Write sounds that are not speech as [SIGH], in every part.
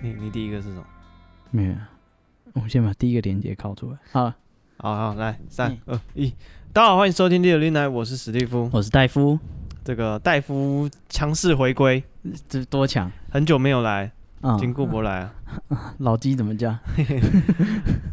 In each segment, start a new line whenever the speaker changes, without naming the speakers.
是什么？
没有，我们先把第一个连接拷出来。啊好了，
好好，来三
嗯
二一，大家好，欢迎收听《第六电台》，我是史蒂夫。
[LAUGHS] 我是戴夫，
这个戴夫强势回归，
这多强
很久没有来，
啊！
经顾博来啊。
老鸡怎么叫？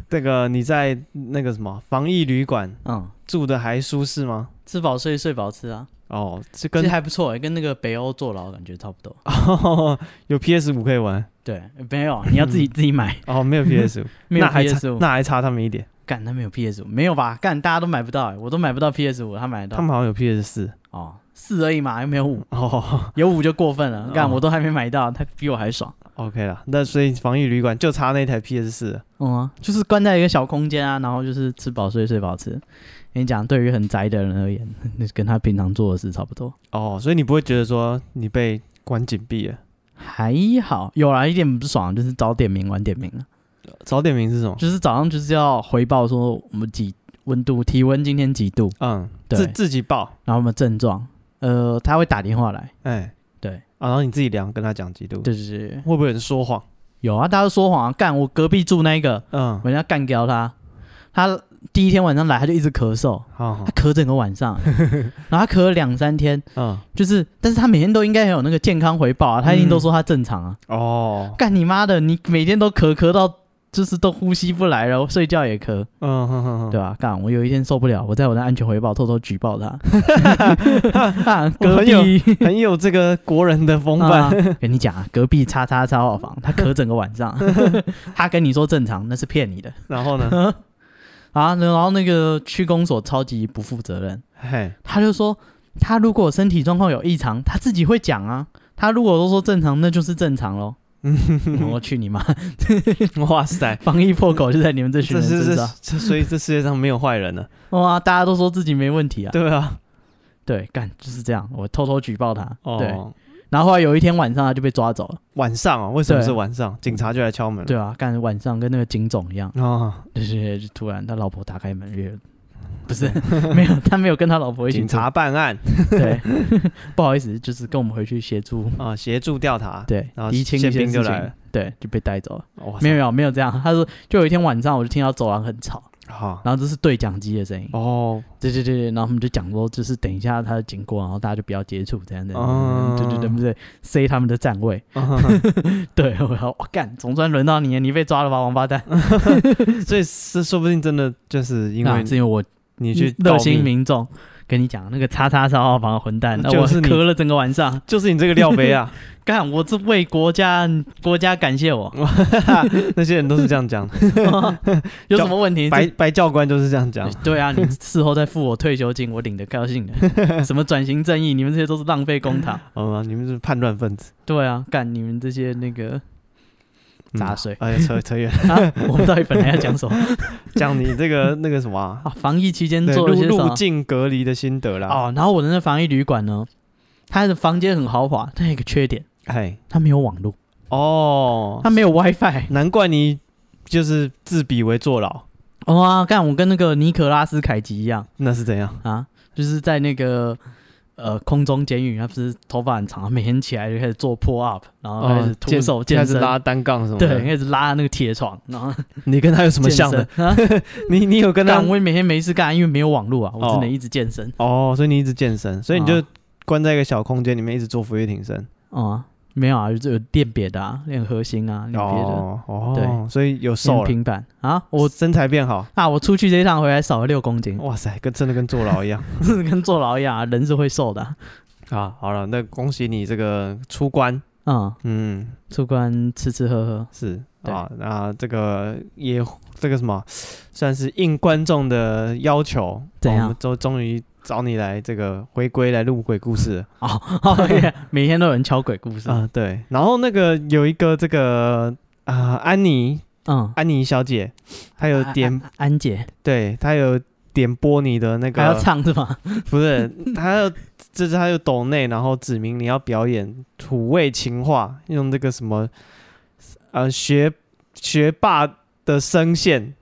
这个你在那个什么防疫旅馆
嗯，
住的还舒适吗？
吃饱睡，睡饱吃啊，
哦，这
其
跟
实还不错欸，跟那个北欧坐牢感觉差不多。
[LAUGHS] 哦有 PS 五可以玩
对，没有，啊你要自己自己 [LAUGHS] 买，
哦，没有 PS 五，
没有
那还差
PS 五，
那还差他们一点，
干他没有 PS 五，没有吧？干大家都买不到欸，我都买不到 PS 五，他买得
他
到
们。好像有 PS 四
哦，四而已嘛，又没有五，
哦。 [LAUGHS]
有五就过分了。干
哦
我都还没买到，他比我还爽。
OK 了，那所以防疫旅馆就差那台 PS 四。
嗯、啊，就是关在一个小空间啊，然后就是吃饱睡，睡饱吃。跟你讲，对于很宅的人而言， [LAUGHS] 那跟他平常做的事差不多。
哦，所以你不会觉得说你被关紧闭了？
还好，有啦，一点不爽就是早点名晚点名啊，
早点名是什么？
就是早上就是要回报说我们几温度，体温今天几度，
嗯，
对
自自己报，
然后我们症状，呃，他会打电话来，
哎，
对
啊，然后你自己量，跟他讲几度，
对对对，
会不会有人说谎？
有啊，大家都说谎、啊，干我隔壁住那个，
嗯，
我要干掉他，他第一天晚上来他就一直咳嗽，
好好
[LAUGHS] 他，咳整个晚上，然后他咳了两三天，
嗯，
就是，但是他每天都应该很有那个健康回报啊，他一定都说他正常啊。
哦，
干你妈的，你每天都咳咳到就是都呼吸不来了，睡觉也咳，
嗯哼哼
对
哼，
吧、干，我有一天受不了，我在我的安全回报偷偷举 [LAUGHS] 报他，干啊隔
很有
壁。
很有这个国人的风
啊
范。，
跟你讲啊，隔壁叉叉叉号房，他咳整个晚上， [LAUGHS] 他跟你说正常，那是骗你的
然后
[LAUGHS]
呢，
啊。然后那个区公所超级不负责任， [LAUGHS]
嘿，
他就说，他如果身体状况有异常，他自己会讲啊。他如果都说正常，那就是正常
[LAUGHS]
喽。嗯，我去你妈！
哇塞，
防疫破口就在你们这群
这
人啊
是
身
这
上。
这，所以这世界上没有坏人
[LAUGHS]
了，
哇，大家都说自己没问题啊。
对啊，
对，干就是这样，我偷偷举报他。对，
哦，
然后后来有一天晚上他就被抓走了。
晚上啊，为什么
对
是晚上？警察就来敲门了。
对啊，干晚上跟那个警总一样，
哦，
就是就突然他老婆打开门约。
[LAUGHS]
不是，没有，他没有跟他老婆一起
警察办案
住。对， [LAUGHS] 不好意思，就是跟我们回去协助，
啊，协助调查。
对
然，后
厘清一
宪
些
兵
事
就来
情
了。
对，就被带走了。
哇塞，
没有没有没有这样，他说就有一天晚上，我就听到走廊很吵，
好
然后这是对讲机的声音， [LAUGHS]
哦，
对对对对，然后他们就讲说，就是等一下他的经过，然后大家就不要接触，这样这样
哦
这样，对对对对对，塞他们的站位，
嗯哼哼
对，我要我干，总算轮到你了，你被抓了吧，王八蛋，
所以是说不定真的就是因为
那是因为我
你去告
啊热心
密
民众。跟你讲，那个叉叉烧号房的混蛋，
就
我
是你
咳了整个晚上。
就是你这个料杯
[LAUGHS]
啊，
干，我这为国家国家感谢我，
那些人都是这样
[LAUGHS]
讲，的，
有什么问题？
白白教官就是这样讲。
对啊，
[LAUGHS]
你事后再付我退休金，我领得高兴的。什么转型正义，你们这些都是浪费公帑。
哦，你们是叛乱分子，
对啊，干你们这些那个
嗯
杂碎
哎呀， [LAUGHS] 扯扯远了，
啊，我们到底本来要讲什么
讲你这个 [LAUGHS] 那个什么啊，
啊？防疫期间
对
做了
入
些什
入
么？
境啊隔离的心得啦。
哦，然后我的那防疫旅馆呢，它的房间很豪华，但有一个缺点，
哎，
它没有网络，
哦
它，没有 WiFi。
难怪你就是自比为坐牢，
哇、哦啊，干我跟那个尼可拉斯凯奇一样
那是怎样？
啊，就是在那个。呃，空中监狱，他不是头发很长，他每天起来就开始做 pull up，然后哦开始徒手健
哦开
身，
始拉单杠什么
对，
的。
开始拉那个铁床，然后
你跟他有什
怎
么像的？？
啊
[LAUGHS] 你你有跟他
干，？我也每天没事干，因为没有网络啊，我
哦
只能一直健身。
哦，所以你一直健身，所以你就
啊
关在一个小空间里面一直做俯卧撑。
哦、啊，没有啊，就有练别的啊，练核心啊，练别的，
哦哦，
对
所以有
练
瘦了，
平板啊。
我
我
身材变好。
啊，我出去这一趟回来少了六公斤，
哇塞，跟真的跟坐牢一样
[LAUGHS] 跟坐牢一样啊，人是会瘦的啊、
啊！好了，那恭喜你这个出关，
嗯，
嗯，
出关吃吃喝喝，
是
对
啊，那这个也这个什么，算是应观众的要求，哦
怎样
我们终终于找你来这个回归来录鬼故事了
哦 [LAUGHS]
[LAUGHS]
耶，每天都有人敲鬼故事。
啊、对。然后那个有一个这个啊、安妮
嗯，
安妮小姐，她有
啊
点、
啊安姐
对，她有点播你的那
还要
个，
唱
[LAUGHS]
是吗？
不是，她有就是她有抖内，然后指明你要表演土味情话，用这个什么呃学学霸的声线，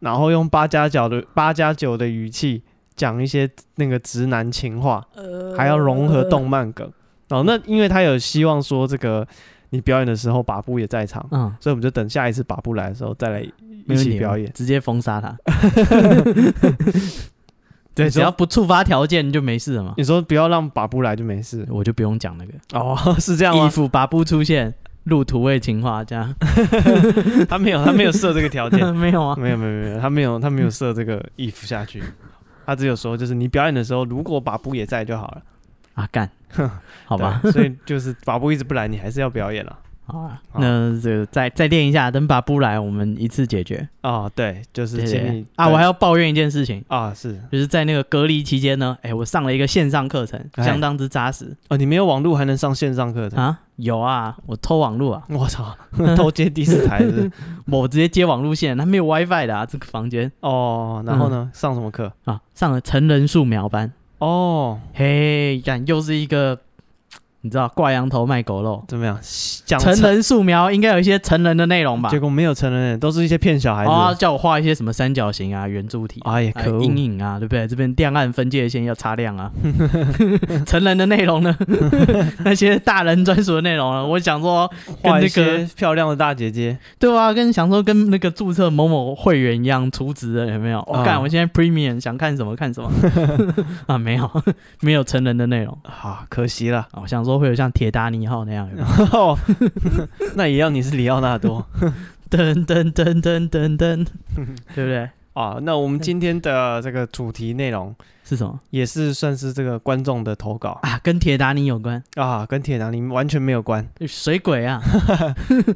然后用八加九的八加九的语气讲一些那个直男情话，还要融合动漫梗。哦，那因为他有希望说这个你表演的时候，把布也在场，
嗯，
所以我们就等下一次把布来的时候再来一
没问
起
题
表演。哎
直接封杀他。对，
你说
只要不触发条件就没事
[LAUGHS]
了嘛。
你说不要让把布来就没事
我就不用讲那个，
哦， [LAUGHS] 是这样
衣
吗？
服把不出现，入土味情话这样，
[LAUGHS] 他没有，他没有设这个条件，
[LAUGHS] 没有啊？
没有没有没有，他没有他没有设这个 if 下去，他只有说就是你表演的时候，如果把布也在就好了，
啊，
[LAUGHS]
干，好
好
吧，
所以就是把布一直不来，你还是要表演了。
好啊，
好
那这个再再练一下，等把布来，我们一次解决。
哦，对，就是
对对
请
对
你
啊，我还
要
要抱怨一件事情，
啊是
就是在那个隔离期间呢，哎，我上了一个线上课程，
嗯哎
相当之扎实
哦，你没有网络还能上线上课程？
啊。有啊，我偷网路啊，
我操， [LAUGHS] 偷接第四台是不是
[LAUGHS] 我直接接网路线，它没有 WiFi 的啊，这个房间
哦，然后呢，上什么课？
啊，上了成人素描班，
哦，
嘿，干又是一个，你知道挂羊头卖狗肉。
怎么样？讲
成人素描应该有一些成人的内容吧？
结果没有成人，欸都是一些骗小孩子。
哦，叫我画一些什么三角形啊、圆柱体、啊、
哎呀，
哎
可恶！
阴影啊，对不对？这边亮暗分界线要擦亮啊。 [LAUGHS] 成人的内容呢？ [LAUGHS] 那些大人专属的内容呢？我想说，
画一
跟那
些
个
漂亮的大姐姐，
对啊，跟想说跟那个注册某某会员一样，储值的有没有？我、
啊
干、我现在 Premium 想看什么
[LAUGHS]
看什么啊？没有， [LAUGHS] 没有成人的内容。
啊，可惜了。
啊我想说会有像铁达尼号那样有没有
哦， [LAUGHS] 那也要你是里奥纳
[LAUGHS]
多
噔噔噔噔
[LAUGHS]
噔噔，对不对？
啊。那我们今天的这个主题内容
是什么
也是算是这个观众的投稿
啊？跟铁达尼有关，
啊，跟铁达尼完全没有关。
水鬼啊，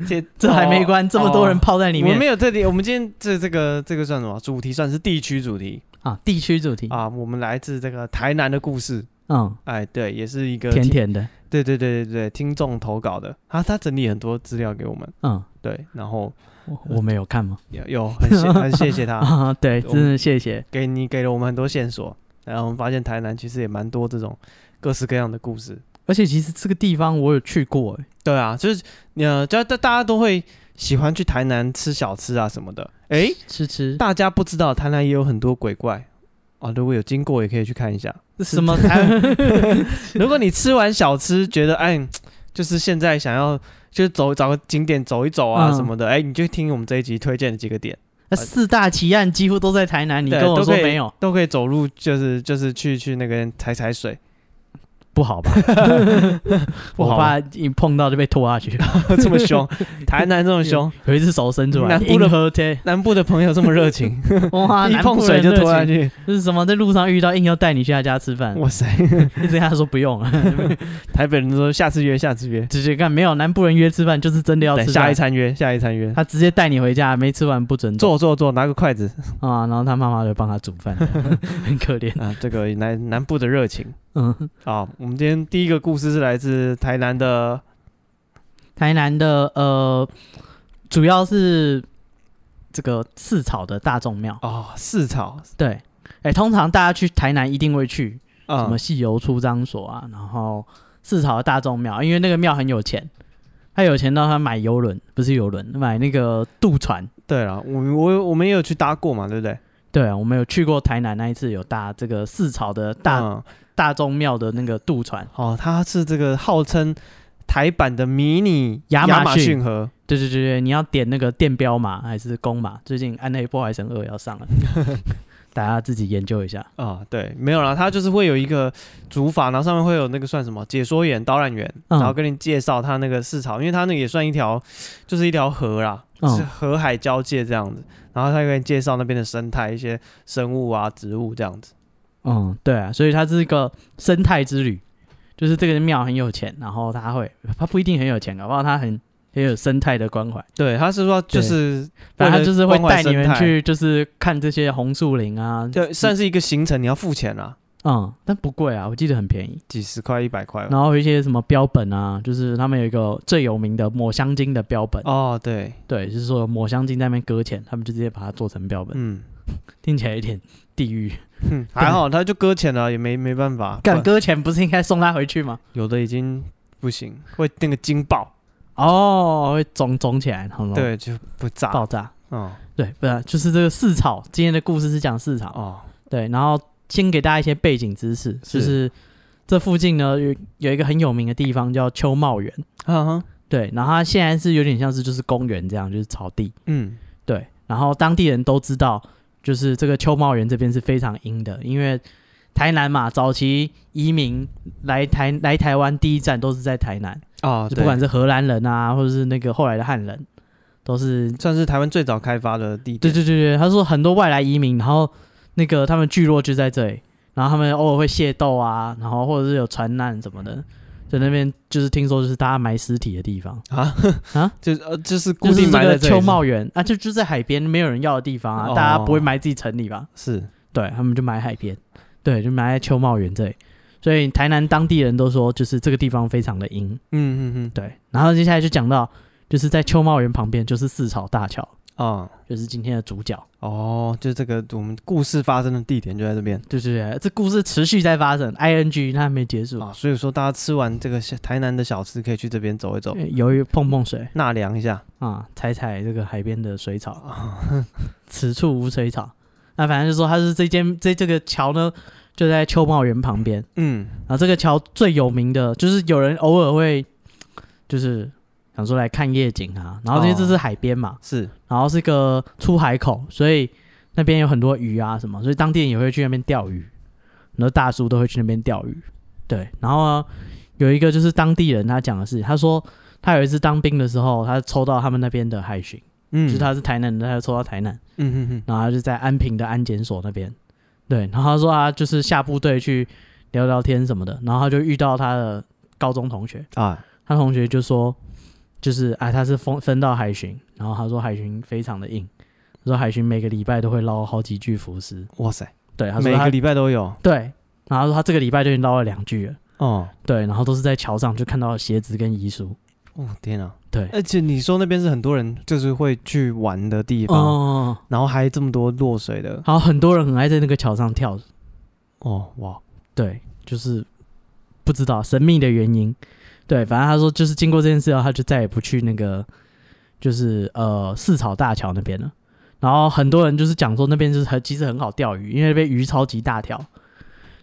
这
[LAUGHS] 这还没关，这么多人
跑
泡在里
哦我们
面
没有这里，我们今天这这个这个算什么？主题算是地区主题
啊，地区主题，
啊。我们来自这个台南的故事。
嗯，
哎，对，也是一个
甜
听，
甜的，
对对对对对，听众投稿的，他他整理很多资料给我们，
嗯，
对，然后
我我没有看吗？
有有很谢很谢谢
[LAUGHS]
他，
啊，对，
我
真的谢谢，
给你给了我们很多线索，然后我们发现台南其实也蛮多这种各式各样的故事。
而且其实这个地方我有去过，哎
对啊，就是呃，就大大家都会喜欢去台南吃小吃啊什么的。诶，
吃吃
大家不知道台南也有很多鬼怪啊，如果有经过也可以去看
[LAUGHS]
一下。
[LAUGHS] 什么台
如果你吃完小吃觉得哎，就是现在想要就是走找个景点走一走啊
嗯
什么的，哎、你就听我们这一集推荐的几个点，
那呃四大奇案几乎都在台南，你
对
跟我
都
说
可以
没有，
都可以走路，就是就是去去那个踩踩
[LAUGHS]
水，
不好 [LAUGHS] 吧？
不好
我
吧
怕一碰到就被拖下去，
这么凶，台南这么凶，
[LAUGHS] 有一只手伸出来，
南部的
银
[LAUGHS]
河贴，
南部的朋友这么热 [LAUGHS] 情，啊
哇， [LAUGHS]
一
南
碰
部
水
人
就
热
拖下
情，
去，
这是什么？在路上遇到硬要带你去他家吃饭，
哇塞！
一直跟他说不用， [LAUGHS]
台北人都说下次约，下次约，
直接干没有南部人约吃饭就是真的要
等
吃
下一
饭，
餐约，下一餐约。
[LAUGHS] 他直接带你回家，没吃完不准走
坐坐坐，拿个筷子
啊！然后他妈妈就帮他煮饭， [LAUGHS] 很可怜。
啊！这个南南部的热情
嗯，
啊！我们今天第一个故事是来自台南的
台南的呃，主要是这个四草的大众庙，
哦四草
对。哎，通常大家去台南一定会去什
啊
么戏游出张所啊，然后四草的大众庙，因为那个庙很有钱，他有钱到他买游轮，不是游轮，买那个渡船。
对了，我我我们也有去搭过嘛，对不对？
对，我们有去过台南那一次，有搭这个四草的大、
嗯
大众庙的那个渡船。
哦，它是这个号称台版的迷你
亚马
马
逊
逊河
对对对对，你要点那个电标码还是公码？最近《暗黑破坏神二》要上了， [LAUGHS] 大家自己研究一下。
啊，对，没有啦，它就是会有一个主法，然后上面会有那个算什么解说员、导览员，
嗯
然后跟你介绍它那个市场，因为它那个也算一条，就是一条河啦，
嗯
是河海交界这样子，然后他会跟你介绍那边的生态、一些生物啊、植物这样子。
嗯，对啊，所以它是一个生态之旅，就是这个庙很有钱，然后他会，他不一定很有钱，搞不好他很也有生态的关怀，
对，他是说
对
就是
反正
为了
就是会
关怀
带你
生
们
态，
去，就是看这些红树林啊，
就算是一个行程，你要付钱啦，
嗯，但不贵啊，我记得很便宜。
几十块、一百块吧。
然后有一些什么标本啊，就是他们有一个最有名的抹香鲸的标本，
哦，对，
对，就是说抹香鲸在那边搁浅，他们就直接把它做成标本，
嗯。
听起来有点地狱。
哼，还好，他就搁浅了，也没没办法。不
干
然
搁浅不是应该送他回去吗？
有的已经不行，会那个惊爆，
哦，会肿肿起来，然后
对，就不炸。
爆炸。
嗯，
对，不是，就是这个四草。今天的故事是讲四草，
哦，
对。然后先给大家一些背景知识，就是这附近呢有有一个很有名的地方叫秋茂园，
哈哈，
对，然后它现在是有点像是就是公园这样，就是草地，
嗯，
对，然后当地人都知道，就是这个秋茂园这边是非常阴的，因为台南嘛，早期移民来台来台湾第一站都是在台南，
啊，
不管
对
是荷兰人啊，或者是那个后来的汉人，都是
算是台湾最早开发的地
对
点，
对对对，他说很多外来移民，然后那个他们聚落就在这里，然后他们偶尔会械斗啊，然后或者是有传难什么的，在那边就是听说就是大家埋尸体的地方，
啊
啊，
就是呃，就是
就
固
是
定
这
埋
个
在这里
秋茂园啊，就就在海边没有人要的地方啊，
哦
大家不会埋自己城里吧？
是是
对他们就埋海边，对，就埋在秋茂园这里。所以台南当地人都说，就是这个地方非常的阴。
嗯嗯
对，然后接下来就讲到，就是在秋茂园旁边就是四草大桥，
嗯啊。
就是今天的主角。
哦，就这个我们故事发生的地点就在这边
对对对，这故事持续在发生，ing 它还没结束。
啊，所以说大家吃完这个小台南的小吃，可以去这边走一走
呃，由于碰碰水
纳凉一下
啊，踩踩这个海边的水草，
啊。
此处无水草。那反正就说它是这间这这个桥呢，就在秋茂园旁边。
嗯，
然后这个桥最有名的就是有人偶尔会，就是想说来看夜景啊。然后因为这是海边嘛，
是
然后是个出海口，所以那边有很多鱼啊什么，所以当地人也会去那边钓鱼，很多大叔都会去那边钓鱼。对，然后呢有一个就是当地人他讲的是，他说他有一次当兵的时候，他抽到他们那边的海巡，
嗯，
就是他是台南人，他就抽到台南。
嗯嗯嗯，
然后他就在安平的安检所那边，对，然后他说他就是下部队去聊聊天什么的，然后他就遇到他的高中同学，
啊，
他同学就说，就是啊他是分分到海巡，然后他说海巡非常的硬，他说海巡每个礼拜都会捞好几具浮尸，
哇塞，
对，他说
每个
他
礼拜都有
对，然后他说他这个礼拜就已经捞了两具了，
哦。
对，然后都是在桥上就看到鞋子跟遗书，
哦天啊！
对，
而且你说那边是很多人就是会去玩的地方，
哦，
然后还这么多落水的
然后很多人很爱在那个桥上跳
哦哇
对，就是不知道神秘的原因。对，反正他说就是经过这件事后，他就再也不去那个就是呃四草大桥那边了。然后很多人就是讲说那边就是很其实很好钓鱼，因为那边鱼超级大条，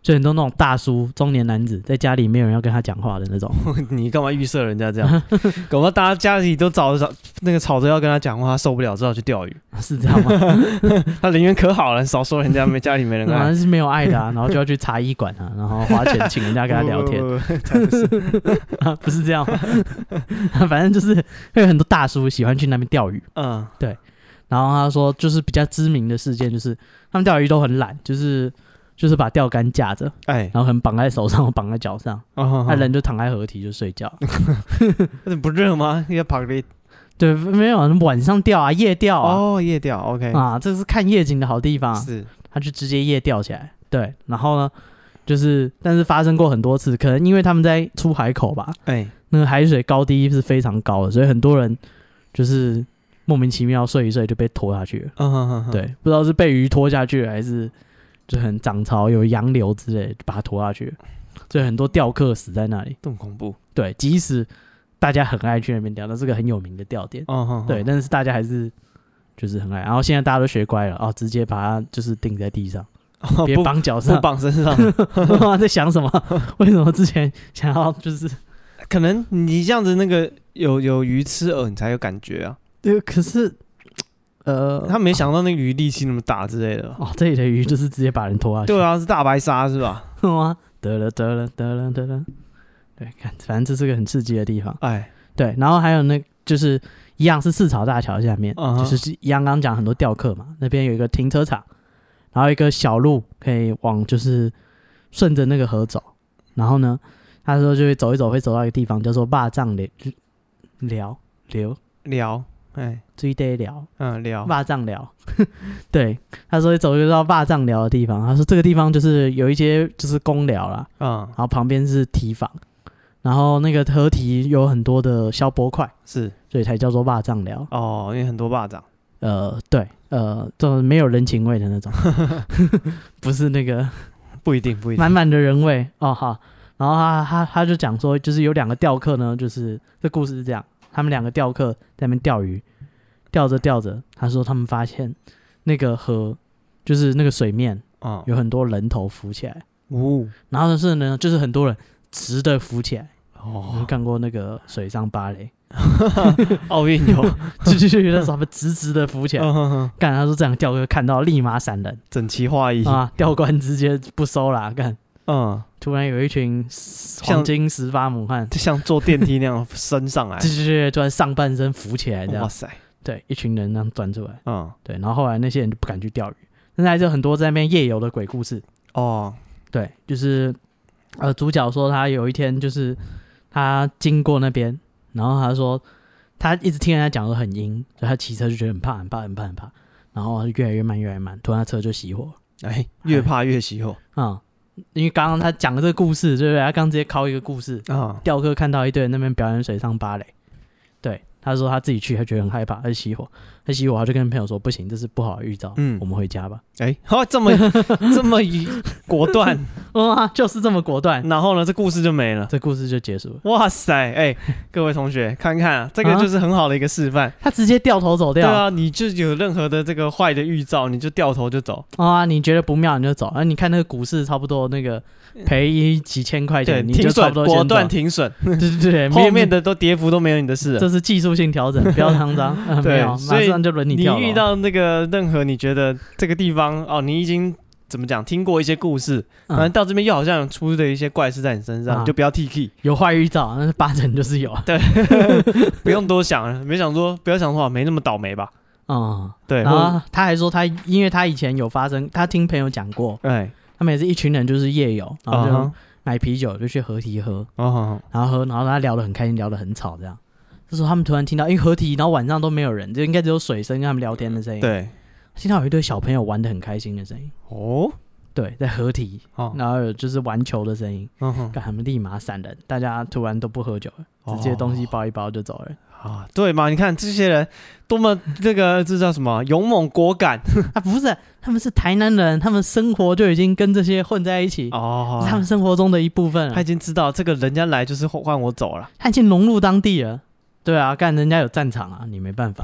所以很多那种大叔中年男子在家里没有人要跟他讲话的那种。 [LAUGHS]
[LAUGHS] 你干嘛预设人家这样？ [LAUGHS] 搞不好大家家里都找找那个吵着要跟他讲话，他受不了，只好去钓鱼。
是这样吗？
他人缘可好了，少说人家没家里没人
好
爱
[LAUGHS] 像。是没有爱的啊，然后就要去茶艺馆啊， [LAUGHS] 然后花钱请人家跟他聊
[LAUGHS]
[LAUGHS] 天，
不，不不不
啊、不是这样吗？ [LAUGHS] 反正就是会有很多大叔喜欢去那边钓鱼，
嗯，
然后他说，就是比较知名的事件，就是他们钓鱼都很懒，就是就是把钓竿架着，
哎，
然后很绑在手上，绑在脚上，
哦
啊那人就躺在河堤就睡觉。
不热吗？要跑个
对，没有晚上钓啊，夜钓啊，
哦，夜钓，OK，
啊，这是看夜景的好地方啊，
是
他就直接夜钓起来。对，然后呢，就是但是发生过很多次，可能因为他们在出海口吧，
哎，
那个海水高低是非常高的，所以很多人就是莫名其妙睡一睡就被拖下去了。
嗯哼哼哼，
对，不知道是被鱼拖下去，还是就很涨潮有洋流之类，把它拖下去，所以很多钓客死在那里。
这么恐怖，
对，即使大家很爱去那边钓，那是个很有名的钓点，
嗯哼，
对，但是大家还是就是很爱。然后现在大家都学乖了，哦，直接把它就是钉在地上，
[LAUGHS] 哦
别
不
绑脚
不
[LAUGHS] 上。
绑身上，
在想什么？为什么之前想要就是？
可能你这样子那个有有鱼吃饵，你才有感觉啊。
对，可是呃，
他没想到那个鱼力气那么大之类的吧。
哦，这里的鱼就是直接把人拖下去。
对啊，是大白鲨是吧？
哇，得了得了得了得了，对，看，反正这是个很刺激的地方。
哎，
对，然后还有那就是一样是四草大桥下面
嗯哼
就是一样刚刚讲很多钓客嘛，那边有一个停车场，然后一个小路可以往就是顺着那个河走，然后呢，他说就会走一走，会走到一个地方叫做坝藏寮寮寮
聊，哎，
追得寮
嗯，聊，
坝藏寮， [LAUGHS] 对，他说走就到坝藏寮的地方，他说这个地方就是有一些就是公寮啦，
嗯
然，后旁边是堤防，然后那个河堤有很多的消波块，
是
所以才叫做霸藏寮。
哦，因为很多霸掌，
呃，对，呃，这种没有人情味的那种，不是那个
不一定，不一定
满。满的人味哦。好，然后他他他就讲说，就是有两个钓客呢，就是这故事是这样，他们两个钓客在那边钓鱼，钓着钓着，他说他们发现那个河就是那个水面
嗯，
有很多人头浮起来，
呜，
然后是呢，就是很多人直的浮起来。我们
哦，
看过那个水上芭蕾， [LAUGHS]
奥运有，
就就就在上面直直的浮起来。
嗯哼哼
干，他说这样钓哥看到立马闪人
[LAUGHS] 整齐划一，
啊，钓官直接不收啦。干，
嗯，
突然有一群黄金十八母汉，
就像坐电梯那样升上来
就，就就突然上半身浮起来这
哇
样，
塞，
对，一群人那样钻出来，
嗯，
对，然后后来那些人就不敢去钓鱼，现在还是有很多在那边夜游的鬼故事，
哦，
对，就是呃，主角说他有一天就是他经过那边，然后他说他一直听人家讲说很阴，所以他骑车就觉得很怕，很怕，很怕，很怕，然后他就越来越慢，越来越慢，突然他车就熄火
哎，越怕越喜后
啊、嗯因为刚刚他讲的这个故事，对不对？他刚直接敲一个故事，
啊，
钓客看到一堆人那边表演水上芭蕾，对，他说他自己去，他觉得很害怕，他就熄火，他熄火，他就跟朋友说不行，这是不好的预兆，
嗯
我们回家吧。 [LAUGHS]
哎，好， [LAUGHS] 这么这么一果断，
哇、就是这么果断，
然后呢，这故事就没了。
这故事就结束了。
哇塞，哎，各位同学，看看啊，这个
啊
就是很好的一个示范。
他直接掉头走
对
掉，
啊，你就有任何的这个坏的预兆，你就掉头就走。
啊，你觉得不妙你就走，啊，你看那个股市差不多那个赔一几千
嗯
块
哎对，
钱，你就
停
差
损，
不多
果
先走
断，停损，
对 [LAUGHS] 对对，
后
没有
面的都跌幅都没有你的事了。
这是技术性
[LAUGHS]
调整，不要慌张，啊
对
没有，
所
马
以
上就轮
你
跳
遇
了啊
到那个任何你觉得这个地方哦，你已经怎么讲听过一些故事，
嗯
反正到这边又好像有出的一些怪事在你身上，
啊
你就不要 T
[LAUGHS]
K，
有坏预兆，那八成就是有，
不用多想了，没想说不要想说哦没那么倒霉吧，
嗯，
对，
然
或
后他还说他，因为他以前有发生，他听朋友讲过，
哎，
他们也是一群人就是夜游，然后
啊
就买啤酒就去河堤喝，
哈，哦，
然后喝，然后他聊得很开心，聊得很吵这样。这时候他们突然听到，因为河堤，然后晚上都没有人，就应该只有水声跟他们聊天的声音。，
对，
听到有一堆小朋友玩得很开心的声音。
哦，
对，在合体，
哦，
然后有就是玩球的声音，
嗯哼，
干他们立马闪人，大家突然都不喝酒
哦
了，直接东西包一包就走了。
啊，对嘛，你看这些人多么这个这叫什么啊勇猛果
[LAUGHS]
敢
啊，不是，他们是台南人，他们生活就已经跟这些混在一起，
哦
是，他们生活中的一部分了
他已经知道这个人家来就是换换我走了，
他已经融入当地了。对啊，干人家有战场啊，你没办
[LAUGHS]
法，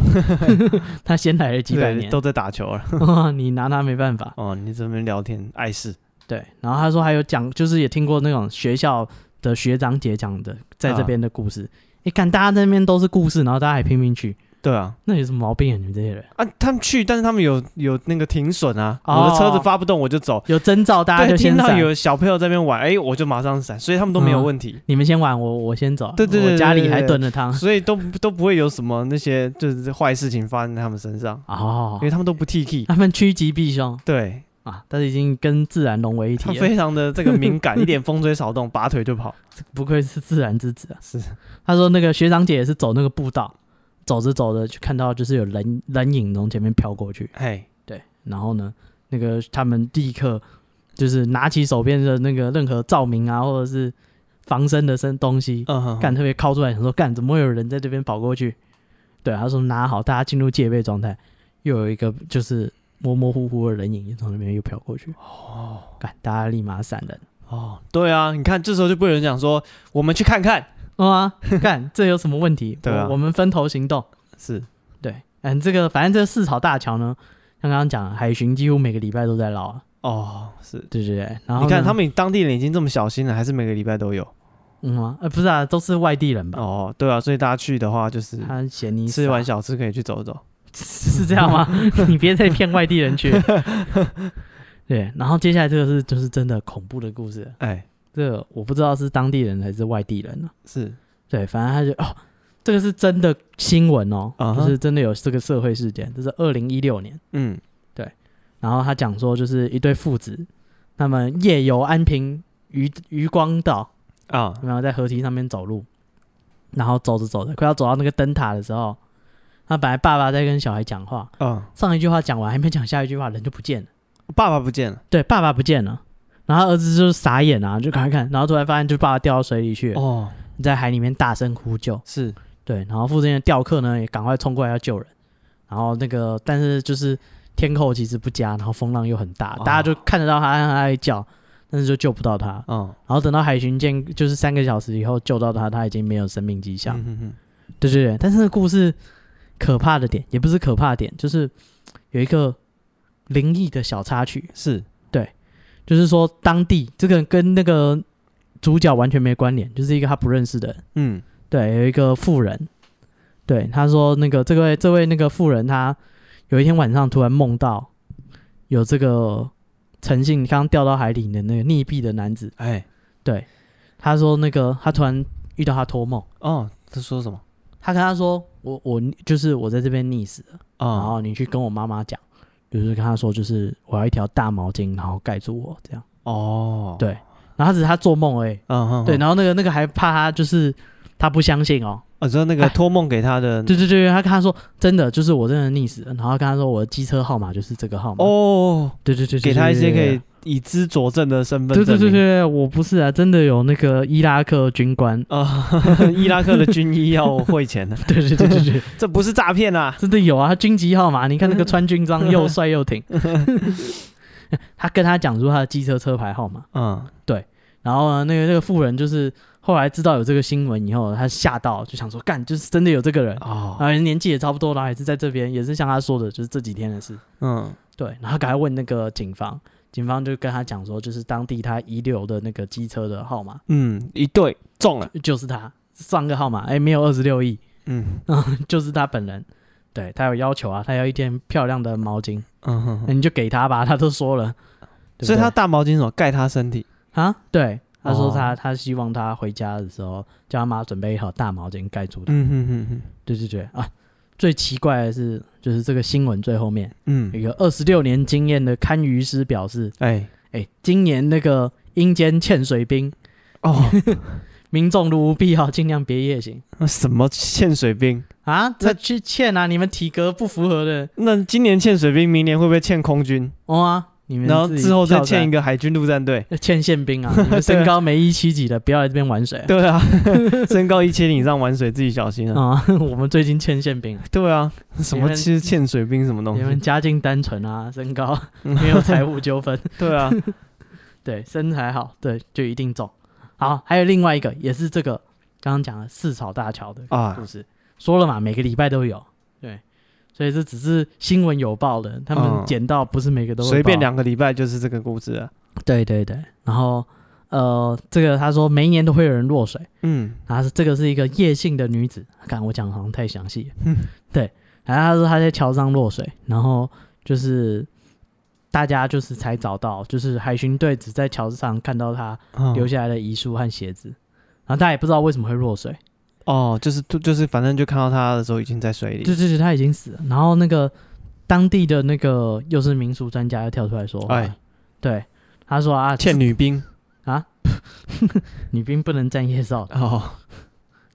他先来了几百
对，
年，
都在打球了，
[LAUGHS] 你拿他没办法。
哦，你这边聊天碍事，
对，然后他说还有讲，就是也听过那种学校的学长姐讲的，在
嗯
这边的故事。你看、大家在那边都是故事，然后大家还拼命去，
对啊，
那有什么毛病啊？你们这些人
啊，他们去，但是他们有有那个停损啊，
哦
我的车子发不动我就走。
有征兆，大家
对，
就
听
先嗯
到
闪。
有小朋友在那边玩，哎，我就马上闪，所以他们都没有问题，
你们先玩，我我先走。
对对对
我家里还
对对
炖了汤。
所以都都不会有什么那些就是坏事情发生在他们身上，
哦
因，为他们都不 T
[LAUGHS]
K。
他们趋吉避凶
对
啊，但是已经跟自然融为一
他
体了，
非常的这个敏
[LAUGHS]
感，一点风吹草动，拔腿就跑。
不愧是自然之子啊。
是，
[LAUGHS] 他说那个学长姐也是走那个步道，走着走着就看到就是有人人影从前面飘过去， [LAUGHS]
哎，
对，然后呢，那个他们立刻就是拿起手边的那个任何照明啊，或者是防身的身东西，
嗯哼，
干特别靠出来，想说干怎么会有人在这边跑过去？对，他说拿好，大家进入戒备状态，又有一个就是模模糊糊的人影从那边又飘过去，
哦
干大家立马闪人，
哦，对啊，你看这时候就不能讲说我们去看看，
哇、哦啊干这有什么问题？
[LAUGHS] 对啊
我我们分头行动。
是
对，嗯，这个反正这个四草大桥呢，像刚刚讲，海巡几乎每个礼拜都在捞啊，
哦是。
对对对。然后
你看
呢
他们当地人已经这么小心了，还是每个礼拜都有
嗯啊，呃，不是啊，都是外地人吧？
哦，对啊，所以大家去的话就是
他嫌你
吃完
笑
小吃可以去走走。
[LAUGHS] 是这
[LAUGHS]
样吗？你别再骗外地人去。对，然后接下来这个是就是真的恐怖的故事了，
哎，
这个我不知道是当地人还是外地人呢、啊
是
对，反正他就哦，这个是真的新闻哦
啊哈
就是真的有这个社会事件，这是二零一六年。
嗯，
然后他讲说，就是一对父子，他们夜游安平渔渔光岛，
啊，
然后在河堤上面走路，然后走着走着，快要走到那个灯塔的时候，那本来爸爸在跟小孩讲话，
嗯，
上一句话讲完，还没讲下一句话，人就不见了。
爸爸不见了。
对，爸爸不见了，然后儿子就是傻眼啊，就赶快看，然后突然发现就是爸爸掉到水里去了，
哦，
在海里面大声呼救。
是
对，然后附近的钓客呢也赶快冲过来要救人，然后那个但是就是天候其实不佳，然后风浪又很大，
哦
大家就看得到他他在叫，但是就救不到他。
嗯，
然后等到海巡舰就是三个小时以后救到他，他已经没有生命迹象。
嗯嗯
对对对，但是那个故事可怕的点也不是可怕的点，就是有一个灵异的小插曲，
是
就是说当地这个跟那个主角完全没关联，就是一个他不认识的人。
嗯
对，有一个富人，对，他说那个这位这位那个富人，他有一天晚上突然梦到有这个陈信刚掉到海里的那个溺毙的男子，
哎，
他说那个他突然遇到他托梦，
哦，他说什么？
他跟他说我我就是我在这边溺死了，然
哦
后你去跟我妈妈讲，就是跟他说就是我要一条大毛巾，然后盖住我这样，
哦，
对然后他只是他做梦而已，
嗯哼，
对，
哼
然后那个那个还怕他就是他不相信哦，
哦，你说那个
哎
托梦给他的，
对对对，他跟他说真的就是我真的溺死了，然后跟他说我的机车号码就是这个号码，
哦，
对对对，对
给他一些可
对
以以资佐证的身份
对对对对
证明
对，我不是啊，真的有那个伊拉克军官，
啊，伊拉克的军医要汇钱
[LAUGHS]
的，
对对对对对，
这不是诈骗啊！
真的有啊，他军籍号码，你看那个穿军装又帅又挺，他跟他讲出他的机车车牌号码，
嗯，
然后呢，那个那个富人就是后来知道有这个新闻以后，他吓到就想说，干，就是真的有这个人，
哦，
啊，年纪也差不多了，也是在这边，也是像他说的，就是这几天的事，
嗯，
对，然后赶快问那个警方。警方就跟他讲说，就是当地他遗留的那个机车的号码，
嗯，一对中了，
就是他上个号码，哎、没有二十六亿， [LAUGHS]
嗯
就是他本人。对他有要求啊，他要一件漂亮的毛巾，
嗯哼
那
哼，
你就给他吧，他都说
[LAUGHS]
了。对不对
所以他大毛巾什么盖他身体
啊，对，他说
哦
他、他希望他回家的时候叫他妈准备一条大毛巾盖住他。
嗯哼哼哼，
对对对啊，最奇怪的是，就是这个新闻最后面有
嗯，
一个二十六年经验的堪舆师表示，
哎，
哎，今年那个阴间欠水兵，
哦，
民众如无必要尽量别夜行
那 [LAUGHS] 什么欠水兵？
啊，
那
这去欠啊，你们体格不符合的，
那今年欠水兵，明年会不会欠空军？
哦啊，你们
然后之后再欠一
个。
个海军陆战队？
欠宪兵
[LAUGHS]
啊！你们身高没一七几的，不要来这边玩水啊！
对 [LAUGHS] 啊，身高一千以上玩水自己小心啊！
啊， [LAUGHS] 我们最近欠宪兵啊，
对啊，什么其实欠水兵什么东
你们
西？
家境单纯啊，
[LAUGHS]
身高没有财务纠纷，
对 [LAUGHS] 啊，
对，身材好，对，就一定中。
嗯
好，还有另外一个，也是这个刚刚讲的四草大桥的
啊
故事，说了嘛，每个礼拜都有，对，所以这只是新闻有报的，他
嗯
们捡到不是每个都会
随便
报
两个礼拜就是这个故事了。
对对对，然后呃，这个他说每一年都会有人落水。
嗯，
然后是这个是一个叶姓的女子，看我讲得好像太详细了，
嗯
对，然后她说她在桥上落水，然后就是大家就是才找到，就是海巡队只在桥上看到她
哦
留下来的遗书和鞋子，然后大家也不知道为什么会落水，
哦，就是就是，反正就看到他的时候已经在水里。
对对对，她已经死了，然后那个当地的那个又是民俗专家又跳出来说话，
哎
对，他说啊，
欠女兵
女兵不能站夜哨的，
哦，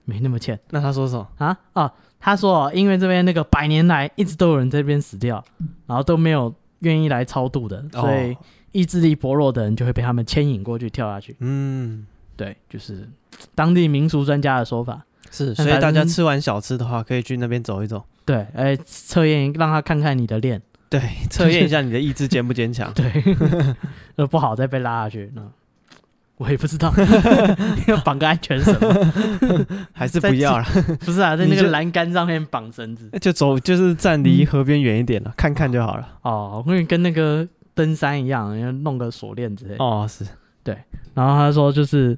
没那么欠。
[LAUGHS] 那他说什么？
啊啊，他说、哦、因为这边那个百年来一直都有人在这边死掉，然后都没有愿意来超度的，
哦
所以意志力薄弱的人就会被他们牵引过去跳下去。
嗯，
对，就是当地民俗专家的说法。
是，
但
所以
反
大家
正
吃完小吃的话，可以去那边走一
[LAUGHS]
走，
对，哎，测验让他看看你的练，。
对，测验一下你的意志坚不坚强
[LAUGHS] 对，那不好再被拉下去。那我也不知道 [LAUGHS] 要绑个安全绳吗， [LAUGHS]
还是不要了，
不是啊，在那
你
个
就
栏杆上面绑绳子。
就走，就是站离河边远一点了，看看就好了。
哦，因为跟那个登山一样，要弄个锁链之类的。
哦，是，
然后他说就是，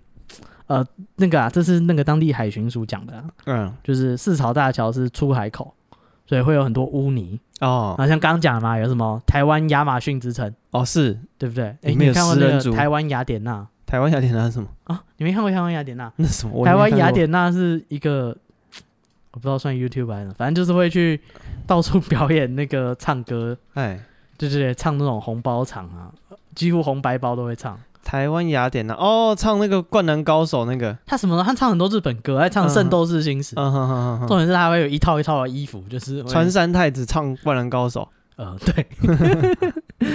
呃，那个啊，这是那个当地海巡署讲的、啊，
嗯，
就是四朝大桥是出海口，所以会有很多污泥。
哦
然，后像刚刚讲的嘛，有什么台湾亚马逊之称，
哦，是
对不对？哎，
里面
你
有
看过
食
那
人
个
族
台湾雅典娜
台湾雅典娜是什么？
啊？你没看过台湾雅典娜？
那什么？我
台湾
没看过
雅典娜是一个，我不知道算 YouTube 还是什么，反正就是会去到处表演那个唱歌，
哎，
对对对，唱那种红包场啊，几乎红白包都会唱。
台湾雅典娜哦，唱那个《灌篮高手》那个，
他什么？他唱很多日本歌，还唱《圣斗士星矢》
嗯哼哼哼
重
哼，
点是他会有一套一套的衣服，就是会
穿山太子唱《灌篮高手
呃，对，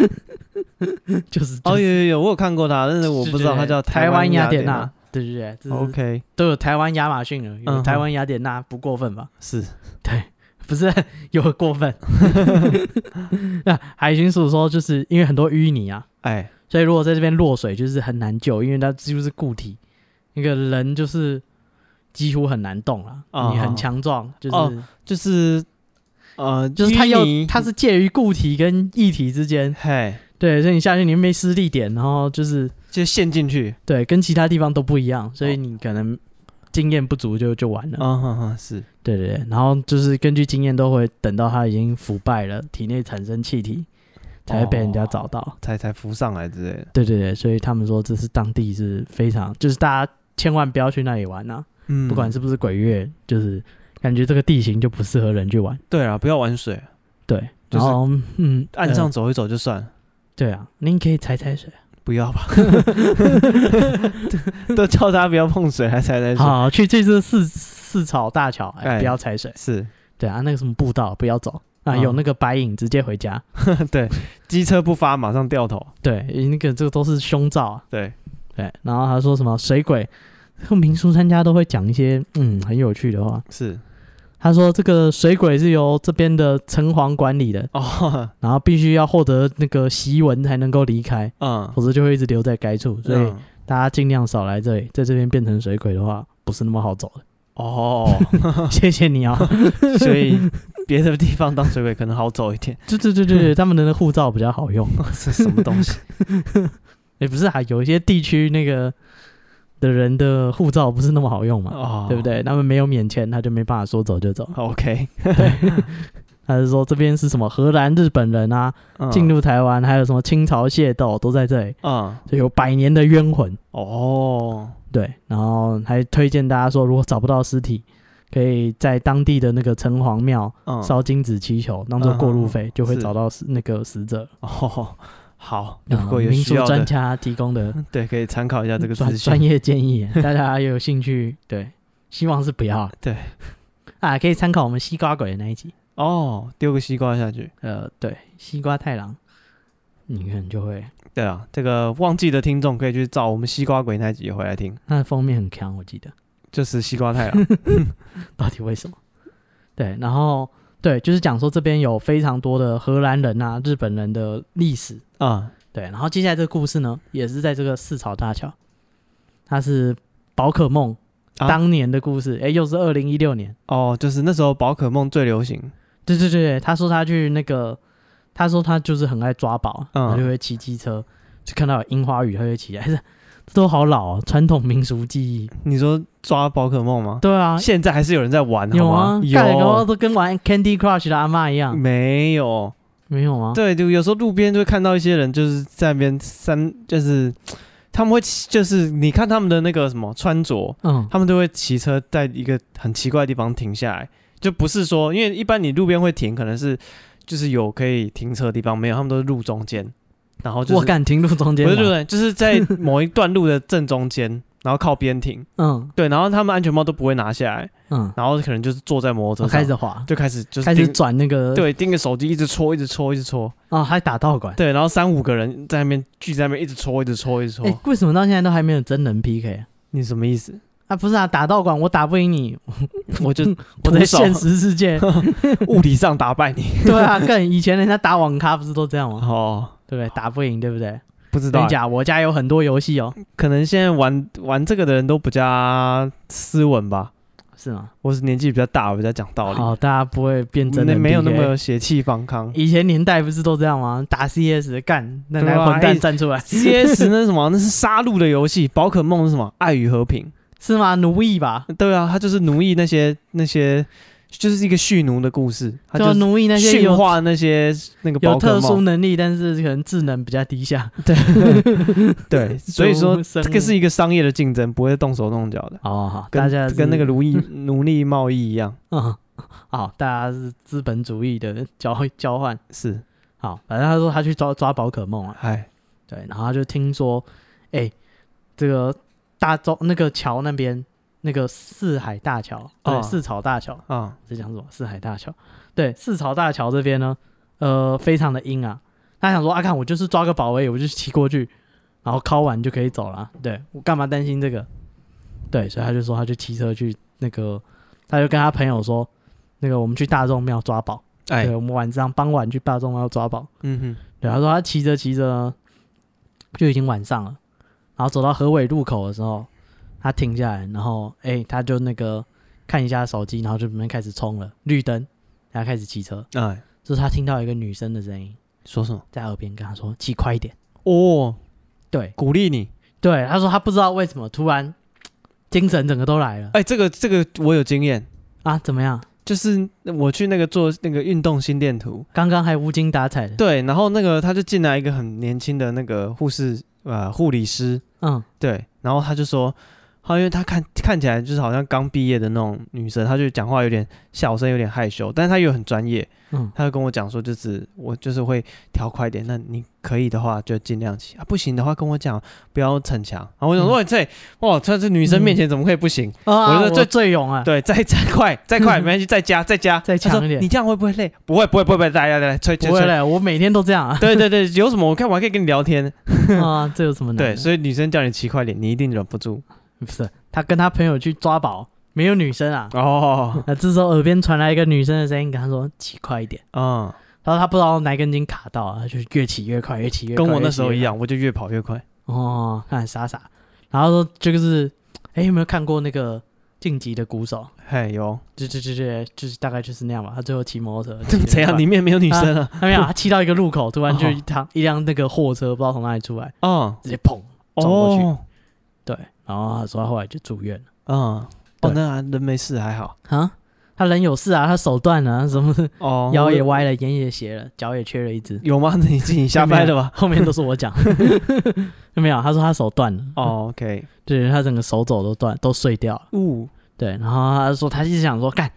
[LAUGHS] 就是》。
哦，
就
有
是
有有，我有看过他，但是我不知道他叫
对对对台
湾
雅
典
娜。。对对对，这是
OK，
都有台湾亚马逊了，
嗯
有
哼
台湾雅典娜不过分吧？ [LAUGHS]
是
对，不是 [LAUGHS] 有过分。那海巡署说，就是因为很多淤泥啊，
哎，
所以如果在这边落水，就是很难救，因为它几乎是固体，那个人就是几乎很难动了。
哦
你很强壮，就是、
哦就是呃，
就是它
淤
要
泥
它是介于固体跟液体之间，
嘿，
对，所以你下去你没施力点，然后就是
就陷进去哦
对，跟其他地方都不一样，所以你可能经验不足就就完了。
啊哈哈，是，
对对对，然后就是根据经验都会等到他已经腐败了，体内产生气体，才会被人
哦
家找到。
才才浮上来之类的。
对对对，所以他们说这是当地是非常，就是大家千万不要去那里玩啊，
嗯
不管是不是鬼月，就是感觉这个地形就不适合人去玩。
对啊，不要玩水，
对，
就是
然后嗯，
岸上
呃
走一走就算了，
对啊，您可以踩踩水。
[LAUGHS] 不要吧。 [LAUGHS] 都叫他不要碰水，还踩在水。
好，去这次四四草大桥，哎，
哎
不要踩水。
是，
对啊，那个什么步道不要走啊，
嗯
有那个白影直接回家。
对，机车不发，马上掉头。
对，那个这个都是胸罩啊。
对，
对，然后他说什么水鬼，这个民俗参加都会讲一些嗯很有趣的话。
是
他说这个水鬼是由这边的城隍管理的，
哦，
然后必须要获得那个檄文才能够离开，
嗯，
否则就会一直留在该处。所以
嗯
大家尽量少来这里，在这边变成水鬼的话，不是那么好走
[LAUGHS]
的。
哦，
谢谢你啊、哦！ [LAUGHS]
所以别的地方当水鬼可能好走一点。
对对对对对，他们的那护照比较好用。
[LAUGHS] 是什么东西？
也不是啊，有一些地区那个的人的护照不是那么好用嘛，
[LAUGHS] 哦，
对不对？他们没有免签，他就没办法说走就走。
？OK，
他是说这边是什么荷兰、日本人啊，
嗯
进入台湾，还有什么清朝械斗都在这里，
嗯，
就有百年的冤魂。
哦，
对，然后还推荐大家说，如果找不到尸体，可以在当地的那个城隍庙
嗯，
烧金纸祈求，当做过路费，就会
是
找到死那个死者。
哦，好，如
啊
果有
民
需
俗
要
专
的，
家提供的
对，可以参考一啊下这个
专
资
专
讯。
业建议，大家有兴趣，对，希望是不要啊
对
啊，可以参考我们西瓜鬼的那一集。
哦，丢个西瓜下去。
呃，对，西瓜太郎，你可能就会，
对啊，这个忘记的听众可以去找我们西瓜鬼那集回来听，
它的封面很强，我记得，
就是西瓜太
[LAUGHS]
郎。
到底为什么？对，然后对，就是讲说这边有非常多的荷兰人啊、日本人的历史。
啊，
对，然后接下来这个故事呢，也是在这个四草大桥，它是宝可梦
啊
当年的故事，哎、又是二零一六年。
哦，就是那时候宝可梦最流行。
对对对，对他说他去那个，他说他就是很爱抓宝，
嗯
然后就会骑机车，就看到有樱花雨，他就骑来。这都好老、哦，传统民俗记忆。
你说抓宝可梦吗？
对啊，
现在还是有人在玩，好
有
吗嗯
啊？，干然后都跟玩 Candy Crush 的阿嬷一样，
没有？
没有吗？
对，就有时候路边就会看到一些人，就是在那边三，就是他们会骑，就是你看他们的那个什么穿着，
嗯，
他们都会骑车在一个很奇怪的地方停下来，就不是说，因为一般你路边会停，可能是就是有可以停车的地方，没有，他们都是路中间，然后就是
我敢停路中间
不
吗，
是路人，就是在某一段路的正中间，然后靠边停，
嗯
对，然后他们安全帽都不会拿下来，
嗯，
然后可能就是坐在摩
我
托车
开
上，
始滑，
哦就开始就是
开始
盯
转那个，，
对盯着手机一直戳，一直戳，一直戳，
哦，还打道馆。
对，然后三五个人在那边聚在那边一直戳，一直戳，一直戳，
哎，为什么到现在都还没有真人 PK 啊？
你什么意思？
啊，不是啊，打道馆我打不赢你，
我就
[LAUGHS] 我在
徒手
现实
[LAUGHS]
世界。
物理上打败你
对啊，更以前人家打网咖不是都这样吗？
[LAUGHS] 哦，
对不对？打不赢，对不对？
不知
跟
道啊嗯
你，讲，我家有很多游戏哦，
可能现在玩玩这个的人都比较斯文吧，
是吗？
我是年纪比较大，我比较讲道理，
好，大家不会变真的
那没有那
NBA
么血气方
[LAUGHS]
刚。
以前年代不是都这样吗？打 CS 干，那
对
那
啊
混蛋
哎
站出来
C.S. 那是什么？那是杀戮的游戏。宝可梦是什么？爱与和平。
是吗？奴役吧，
对啊，他就是奴役那些那些，就是一个蓄奴的故事。他
就是奴役那些
驯
有
化那些那个
有
宝可
特殊
梦。
能力，但是可能智能比较低下。 [LAUGHS]
对， [LAUGHS] 所以说
生物
这个是一个商业的竞争，不会动手动脚的，
哦，好，
跟
大家是
跟那个奴役奴隶贸易一样。
[LAUGHS] 嗯，好，大家是资本主义的交交换。
是，
好，反正他说他去抓抓宝可梦啊，
哎，
对，然后他就听说，哎、这个大洲那个桥那边那个四海大桥，对，
哦
四草大桥，
啊，
在讲什么？四海大桥，对，四朝大桥这边呢，呃，非常的阴啊。他想说，啊，看我就是抓个宝而已，我就骑过去，然后敲完就可以走了。啊对我干嘛担心这个？对，所以他就说，他就骑车去那个，他就跟他朋友说，那个我们去大众庙抓宝，
哎
对，，我们晚上傍晚去大众庙抓宝。
嗯哼，
对，他说他骑着骑着呢，就已经晚上了，然后走到河尾路口的时候，他停下来，然后哎、他就那个看一下手机，然后就慢慢开始冲了绿灯，然后开始骑车。
哎，
这时候他听到一个女生的声音
说什么？
在耳边跟他说：“骑快一点。
哦，”
对
鼓励你，
对，他说他不知道为什么突然精神整个都来了、
哎、这个这个我有经验，
啊！怎么样？
就是我去那个做那个运动心电图，
刚刚还无精打采的，
对，然后那个他就进来一个很年轻的那个护士呃护理师，
嗯
对，然后他就说，他因为他看看起来就是好像刚毕业的那种女生，她就讲话有点小声，有点害羞，但是她又很专业，
嗯，
她就跟我讲说，就是我就是会调快一点，那你可以的话就尽量骑啊，不行的话跟我讲，不要逞强。然后我想说，喂、这哇，在这女生面前怎么可以不行？
啊
我觉得最
最勇啊，
[LAUGHS] 对，再再
[LAUGHS]
快，再快，没关系，再加，再加，
再
她
强
说
一点
你这样会不会累？不会，不会，不会，不会，来来来，吹吹
不会
吹。
嘞，我每天都这样啊，
[LAUGHS] 对对对，有什么我看我还可以跟你聊
[LAUGHS]
天。
啊，这有什么难
对，
的？
所以女生叫你骑快点，你一定忍不
[LAUGHS]
住。
不是他跟他朋友去抓宝，没有女生啊。
哦，
那这时候耳边传来一个女生的声音，跟他说：“骑快一点。
嗯。”
然后他不知道哪根筋卡到，啊，就是越骑越快，越骑越快。
跟我那时候
越骑
一
越快
样，我就越跑越快。
哦，看傻傻。然后说就是，哎，有没有看过那个《晋级的鼓手》？
嘿，
[LAUGHS]
有
就就就就就是大概就是那样吧。他最后骑摩托车骑得
[LAUGHS] 怎
快
样？里面没有女生啊？
他没有，他骑到一个路口，突然就
哦
一趟一辆那个货车，不知道从哪里出来，
嗯，
直接砰。撞过去
哦，
对，然后他说他后来就住院了。
嗯，
对
哦，那还人没事还好。
啊，他人有事啊，他手断了、什么
哦，
腰也
我
歪了，眼也斜了，脚也缺了一只。
有吗？那你自己瞎掰的
[LAUGHS]
吧？
后面都是我讲，没有，他说他手断了，
哦，OK，
对他整个手肘都断，都碎掉了。
呜，
对，然后他说他一直想说，干，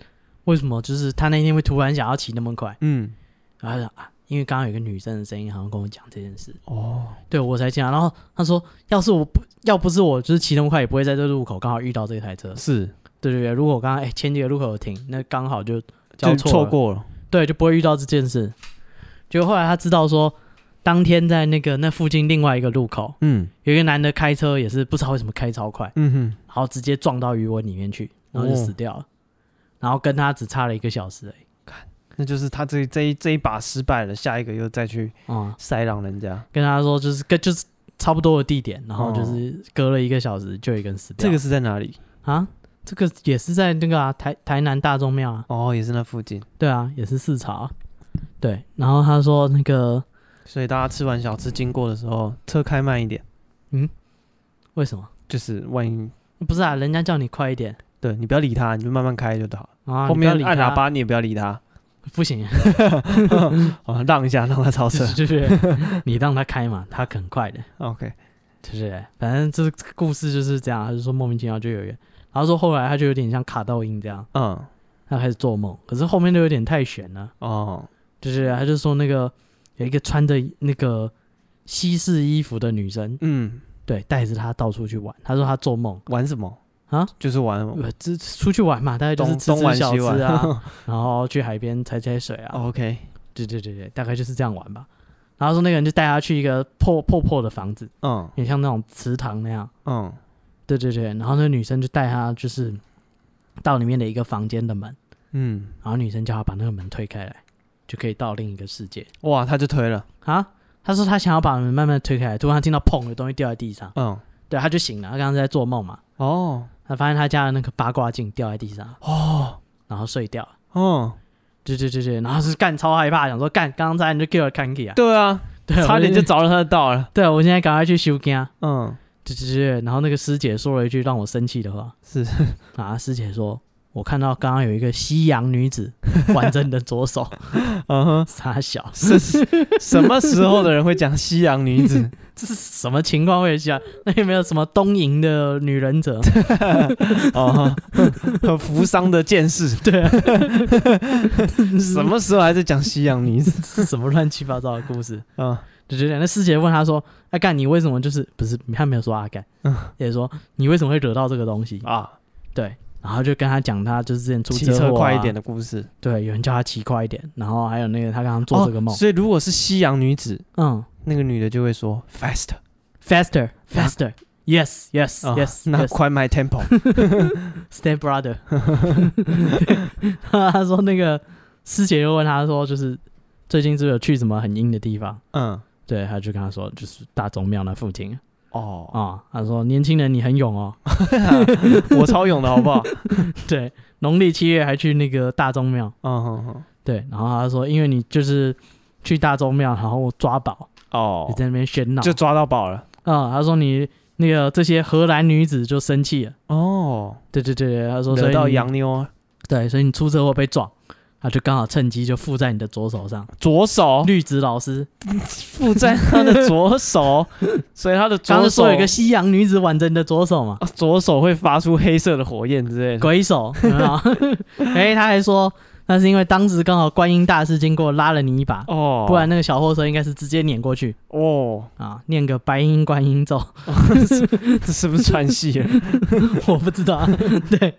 为什么就是他那天会突然想要骑那么快？
嗯，
然后他说啊，因为刚刚有一个女生的声音好像跟我讲这件事，
哦，
对我才讲。然后他说，要是我不要不是我就是骑那么快，也不会在这路口刚好遇到这台车。
是，
对对对，如果我刚刚哎前几个路口有停，那刚好就交
就
错
错
了
过了。
对，就不会遇到这件事。结果后来他知道说，当天在那个那附近另外一个路口，
嗯
有一个男的开车也是不知道为什么开超快，
嗯
然后直接撞到余温里面去，然后就死掉了。然后跟他只差了一个小时而已。
哼，那就是他这这一这一把失败了，下一个又再去
啊、
塞让人家。
跟他说就是跟就是差不多的地点，然后
哦
就是隔了一个小时就有一个人死掉。
这个是在哪里？
啊，这个也是在那个啊台台南大众庙啊，
哦，也是那附近。
对啊，也是市场啊、对，然后他说那个
所以大家吃完小吃经过的时候，车开慢一点，
为什么？
就是万一
不是啊，人家叫你快一点
对你不要理他，你就慢慢开就好。
啊，
后
你不要
面
理
按
他
喇叭你也不要理他，
不行， [LAUGHS]
啊，让一下，让他超车
就。是就是你让他开嘛，他很快的，
[LAUGHS] OK，
就是反正这个故事就是这样，他就说莫名其妙就有人，然后说后来他就有点像卡到音这样，
嗯，
他开始做梦，可是后面都有点太悬了，
哦，
就是他就说那个有一个穿着那个西式衣服的女生，
嗯，
对，带着他到处去玩，他说他做梦。
玩什么
啊？
就是玩
呃，这出去玩嘛，大概就是
东
吃
东
吃
玩
小
西
吃
玩哦
啊， [LAUGHS] 然后去海边踩踩水啊，
OK，
对对对对，大概就是这样玩吧。然后说那个人就带他去一个破破破的房子，
嗯
也像那种祠堂那样。
嗯
对对对，然后那个女生就带他就是到里面的一个房间的门，
嗯，
然后女生叫他把那个门推开来，就可以到另一个世界
哇，他就推了，
啊。他说他想要把门慢慢推开来，突然他听到砰，有东西掉在地上，
嗯，
对，他就醒了。他刚刚在做梦嘛，
哦
他发现他家的那个八卦镜掉在地上，
哦
然后睡掉了。
哦，
对对对对，然后是干超害怕，想说干，刚刚差点就给我看起啊，
对啊，
[LAUGHS] 对，
差点就
我现在
着了他的道了，
对，我现在赶快去修根啊，
嗯，
对对对，然后那个师姐说了一句让我生气的话
是，
啊，师姐说我看到刚刚有一个西洋女子 [LAUGHS] 挽着你的左手，
嗯哼，
傻小，
是是什么时候的人会讲西洋女
[LAUGHS]
子？
这是什么情况？我也想，那有没有什么东瀛的女忍者？ [LAUGHS]
哦，呵扶桑的剑士，
对啊，
什么时候还在讲西洋女子？
这是什么乱七八糟的故事？
嗯，
对对对，那师姐问他说，阿、干，你为什么就是不是他没有说阿、干，
嗯
也说你为什么会惹到这个东西？
啊，
对，然后就跟他讲他就是之前出
骑
车祸、啊
车快一点，的故事。
对，有人叫他骑快一点，然后还有那个他刚刚做这个梦，
哦所以如果是西洋女子，
嗯
那个女的就会说 fast。
，faster faster。Yes, yes,
啊
yes,
那
yes.
快 my
[LAUGHS]
tempo，
Step brother。他说那个师姐又问他说，就是最近是不是有去什么很阴的地方？
嗯，
对，他就跟他说，就是大钟庙那附近啊、
哦，
他说年轻人你很勇哦。 [LAUGHS]
我超勇的好不好？
对，农历七月还去那个大钟庙。
嗯哼哼，
对，然后他说，因为你就是去大钟庙，然后抓宝，你
哦，
在那边喧闹，
就抓到宝了，
啊、他说你那个这些荷兰女子就生气了，
哦，
对对对对，她说所
惹
以
到
你
洋妞啊，
对，所以你出车祸被撞，他就刚好趁机就附在你的左手上。
左手
绿植老师，
哦附在 [LAUGHS] 他
[LAUGHS]
的左手，所以他的
刚
左
刚
手
说有一个西洋女子挽着你的左手
[LAUGHS]
嘛，
啊左手会发出黑色的火焰之类的。
鬼手，有 [LAUGHS] 没有哎、他还说那是因为当时刚好观音大师经过拉了你一把，
哦，
不然那个小货车应该是直接碾过去
哦， [LAUGHS]
啊，念个白音观音咒， [LAUGHS]
这是不是串戏啊了？
我不知道 [LAUGHS] 啊，对，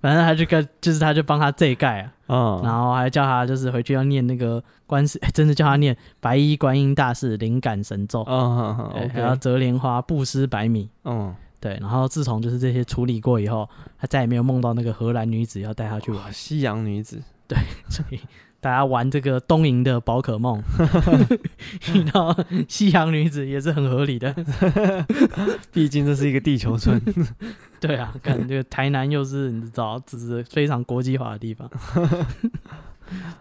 反正他就跟就是他就帮他这一盖啊，然
嗯，
后还叫他就是回去要念那个观世，哎真的叫他念白衣观音大士灵感神咒，
嗯
对还要
，OK，
折莲花布施百米。
嗯，
对，然后自从就是这些处理过以后，他再也没有梦到那个荷兰女子要带他去玩，
哇西洋女子，
所 [LAUGHS] 以大家玩这个东瀛的宝可
[LAUGHS]
梦， [LAUGHS] 遇到西洋女子也是很合理的。 [LAUGHS]
毕竟这是一个地球村。
对啊，感觉台南又是你知道，只是非常国际化的
[LAUGHS]
地方。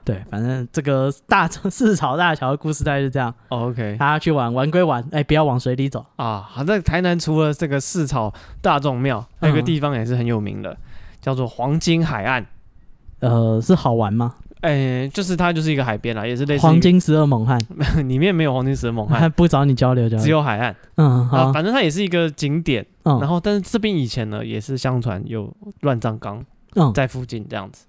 对，反正这个大 [LAUGHS] 四草大桥的故事大概是这样，
哦 OK，
大家去玩玩归玩，哎，不要往水里走。
啊，好，在台南除了这个市草大众庙，
嗯
还有一个地方也是很有名的，叫做黄金海岸。
呃，是好玩吗？
哎，就是它就是一个海边啦，也是类似
黄
一个，
金十二猛汉，
[LAUGHS] 里面没有黄金蛇猛
还
汉，
[LAUGHS] 不找你交流交流。
只有海岸
嗯好
啊。，反正它也是一个景点，然
嗯
后但是这边以前呢也是相传有乱葬岗
嗯，啊
在附近这样子，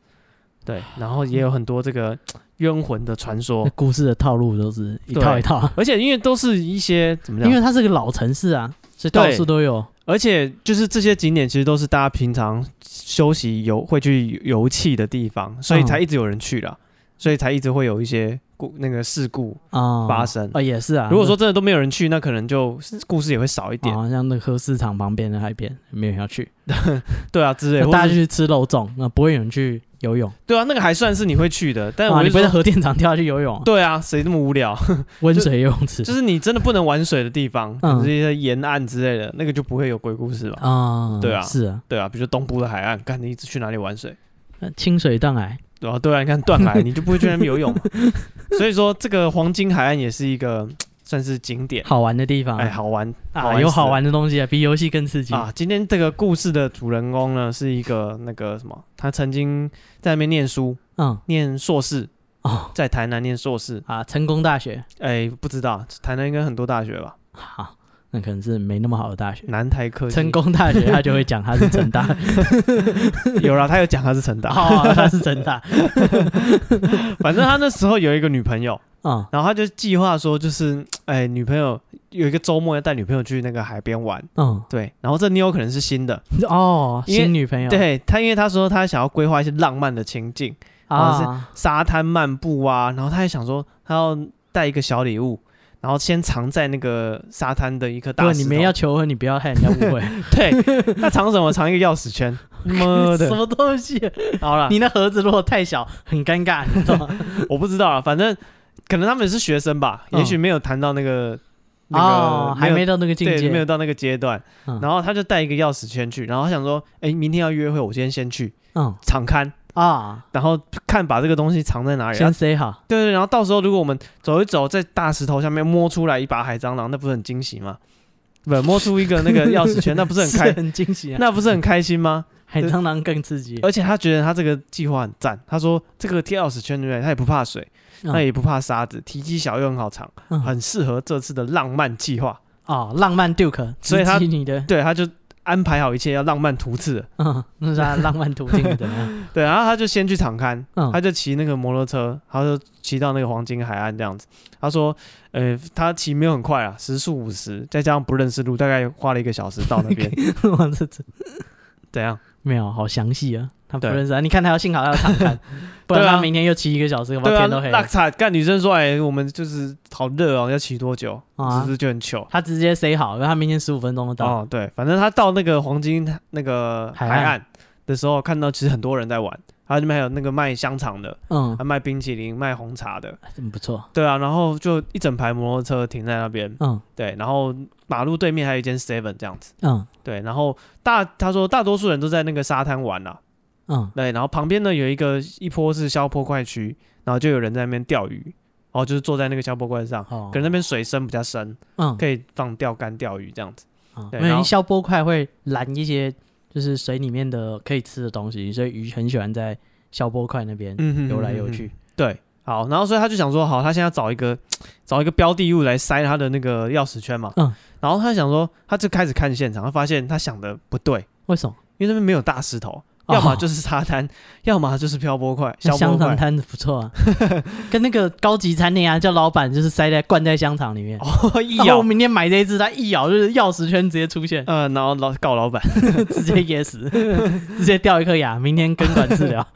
对，然后也有很多这
[LAUGHS]
个冤魂的传说
那，故事的套路都是一套
对
一套啊，
而且因为都是一些怎么
[LAUGHS] 因为
讲，
它是个老城市啊，所以到
对
处都有。
而且就是这些景点其实都是大家平常休息游会去游憩的地方，所以才一直有人去
嗯
啦，所以才一直会有一些故那个事故
啊
发生。
啊，也是啊。
如果说真的都没有人去，那可能就故事也会少一点，
好哦像那个核市场旁边的海边没有人要去，
对啊之类
那
的。或
大家
者
就是去吃肉粽，那不会有人去游泳。
对啊，那个还算是你会去的，但
哇
我
你
就
不会在
说
核电厂跳下去游泳啊，
对啊，谁那么无聊？
温水游泳池
就是你真的不能玩水的地方，
嗯
就是一些沿岸之类的，那个就不会有鬼故事嘛。
啊，
对啊
是啊，
对啊，比如说东部的海岸，看你一直去哪里玩水。
那清水断崖，
对啊，对啊，你看断崖，你就不会去那边游
[LAUGHS]
泳嘛。所以说，这个黄金海岸也是一个算是景点，
好玩的地方啊
哎，好玩好
啊，
玩
有
死了
好玩的东西啊，比游戏更刺激
啊。今天这个故事的主人公呢，是一个那个什么，他曾经在那边念书，
嗯
念硕士，
哦
在台南念硕士。
啊，成功大学，
哎，不知道台南应该很多大学吧？
好，那可能是没那么好的大学。
南台科技
成功大学，他就会讲他是
[LAUGHS]
成大，
有啦，他有讲他是成大，
哦，他是成大，
反正他那时候有一个女朋友，
嗯
然后他就计划说，就是哎，女朋友有一个周末要带女朋友去那个海边玩，
嗯，
对，然后这妞可能是新的，
哦，
因为
新女朋友
对他，因为他说他想要规划一些浪漫的情境，
啊，
沙滩漫步啊，然后他还想说他要带一个小礼物，然后先藏在那个沙滩的一颗
不，
大石头。
你们要求婚，你不要害人家 [LAUGHS] 误会，
对，他藏什么？藏一个钥匙
[LAUGHS]
圈。妈
什
的，
么东西？
好了，
你那盒子如果太小，很尴尬，你知道吗？
我不知道了，反正可能他们是学生吧，
嗯
也许没有谈到那个那个
[LAUGHS] 哦，还
有
没到那个境
对，没有
界，
到那个阶段。
嗯
然后他就带一个钥匙圈去，然后他想说，哎，明天要约会，我今天先去
嗯
场刊，
啊，
然后看把这个东西藏在哪里。啊
先 say 好，
对对，然后到时候如果我们走一走，在大石头下面摸出来一把海蟑螂，那不是很惊喜吗？不，摸出一个那个钥匙圈，那不是很
[LAUGHS]
开，
很惊喜啊。
那不是很开心吗？
海蟑螂更刺激，
而且他觉得他这个计划很赞，他说这个贴钥匙圈对不对？他也不怕水，
嗯
他也不怕沙子，体积小又很好藏，
嗯
很适合这次的浪漫计划。
哦，浪漫 Duke，
所以他
直击你的，
对，他就安排好一切要浪漫图次了。
嗯，那是他浪漫途径 [LAUGHS] 怎么样？
对，然后他就先去场刊，
嗯
他就骑那个摩托车，他就骑到那个黄金海岸这样子。他说，呃，他骑没有很快啊，时速五十，再加上不认识路，大概花了一个小时到那
[LAUGHS]
边。
我这这
怎样？
没有，好详细啊。他不
对
认识啊，你看他要幸好他要 [LAUGHS] 常看，不然
对啊
他明天又骑一个小时，我
对啊，
天都黑
那
了。
惨干女生说，哎，我们就是好热哦，要骑多久？
啊
是不是就很糗？
他直接 say 好，然后他明天十五分钟就到。
哦，对，反正他到那个黄金那个
海
海
岸
岸的时候，看到其实很多人在玩，他那边还有那个卖香肠的，
嗯哎
还，卖冰淇淋、卖红茶的，
真不错。
对啊，然后就一整排摩托车停在那边，
嗯
对，然后马路对面还有一间 Seven 这样子，
嗯
对，然后大他说大多数人都在那个沙滩玩啦、啊
嗯，
对，然后旁边呢有一个一坡是消坡块区，然后就有人在那边钓鱼，哦然后就是坐在那个消坡块上，
哦
可能那边水深比较深，
嗯
可以放钓竿钓鱼这样子。
啊，
对
因
然后
为消波块会拦一些就是水里面的可以吃的东西，所以鱼很喜欢在消波块那边
嗯哼
游来游去。
对，好，然后所以他就想说，好，他现在要找一个找一个标的物来塞他的那个钥匙圈嘛。
嗯。
然后他想说，他就开始看现场，他发现他想的不对，
为什么？
因为那边没有大石头，
哦
要么就是沙滩， [LAUGHS] 要么就是漂泊块、
那
消波
香肠
块。
摊子不错啊，跟那个高级餐厅啊，叫老板就是塞在灌在香肠里面。
[LAUGHS] 哦，一
然后我
咬，
明天买这一只，它一咬就是钥匙圈直接出现， [LAUGHS]
呃，然后老告老板， [LAUGHS]
直接噎死， [LAUGHS] 直接掉一颗牙，明天根管治
[LAUGHS]
疗，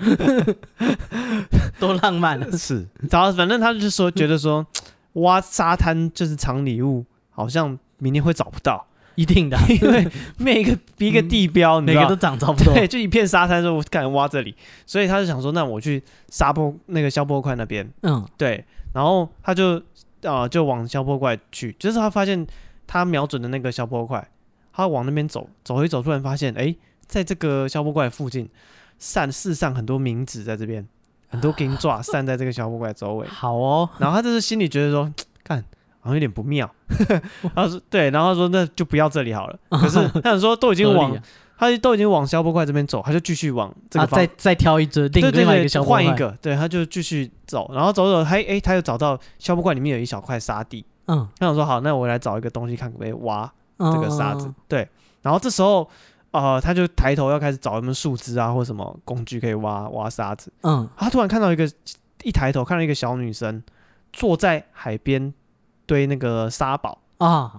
多浪漫啊！
是，然后反正他就说，觉得 [LAUGHS] 说挖沙滩就是藏礼物，好像明天会找不到，
一定的啊，
因为每个一个地标，你
每
知道
个都长差不多。
对，就一片沙滩，说我敢挖这里，所以他就想说，那我去沙坡那个消波块那边，
嗯，
对，然后他就啊、就往消波块去，就是他发现他瞄准的那个消波块，他往那边走，走一走，突然发现，哎，在这个消波块附近散世上很多名字在这边，很多金爪散在这个消波块周围， [LAUGHS]
好哦，
然后他就是心里觉得说，看好像有点不妙， [LAUGHS] 然后说对，然后他说那就不要这里好了，可是他想说都已经
[LAUGHS] 合理
往
啊
他都已经往消波块这边走，他就继续往这
啊，
个方，
再再挑一只，
对
另
对
另外一个
对，
小伙
换
伴
一，个，对，他就继续走，然后走走，他哎、他又找到消波块里面有一小块沙地，
嗯，
他想说好，那我来找一个东西看可不可以挖
这
这个沙
哦
子，对，然后这时候呃，他就抬头要开始找什么树枝啊或什么工具可以挖挖沙子，
嗯，
他突然看到一个一抬头看到一个小女生坐在海边堆那个沙堡，
啊，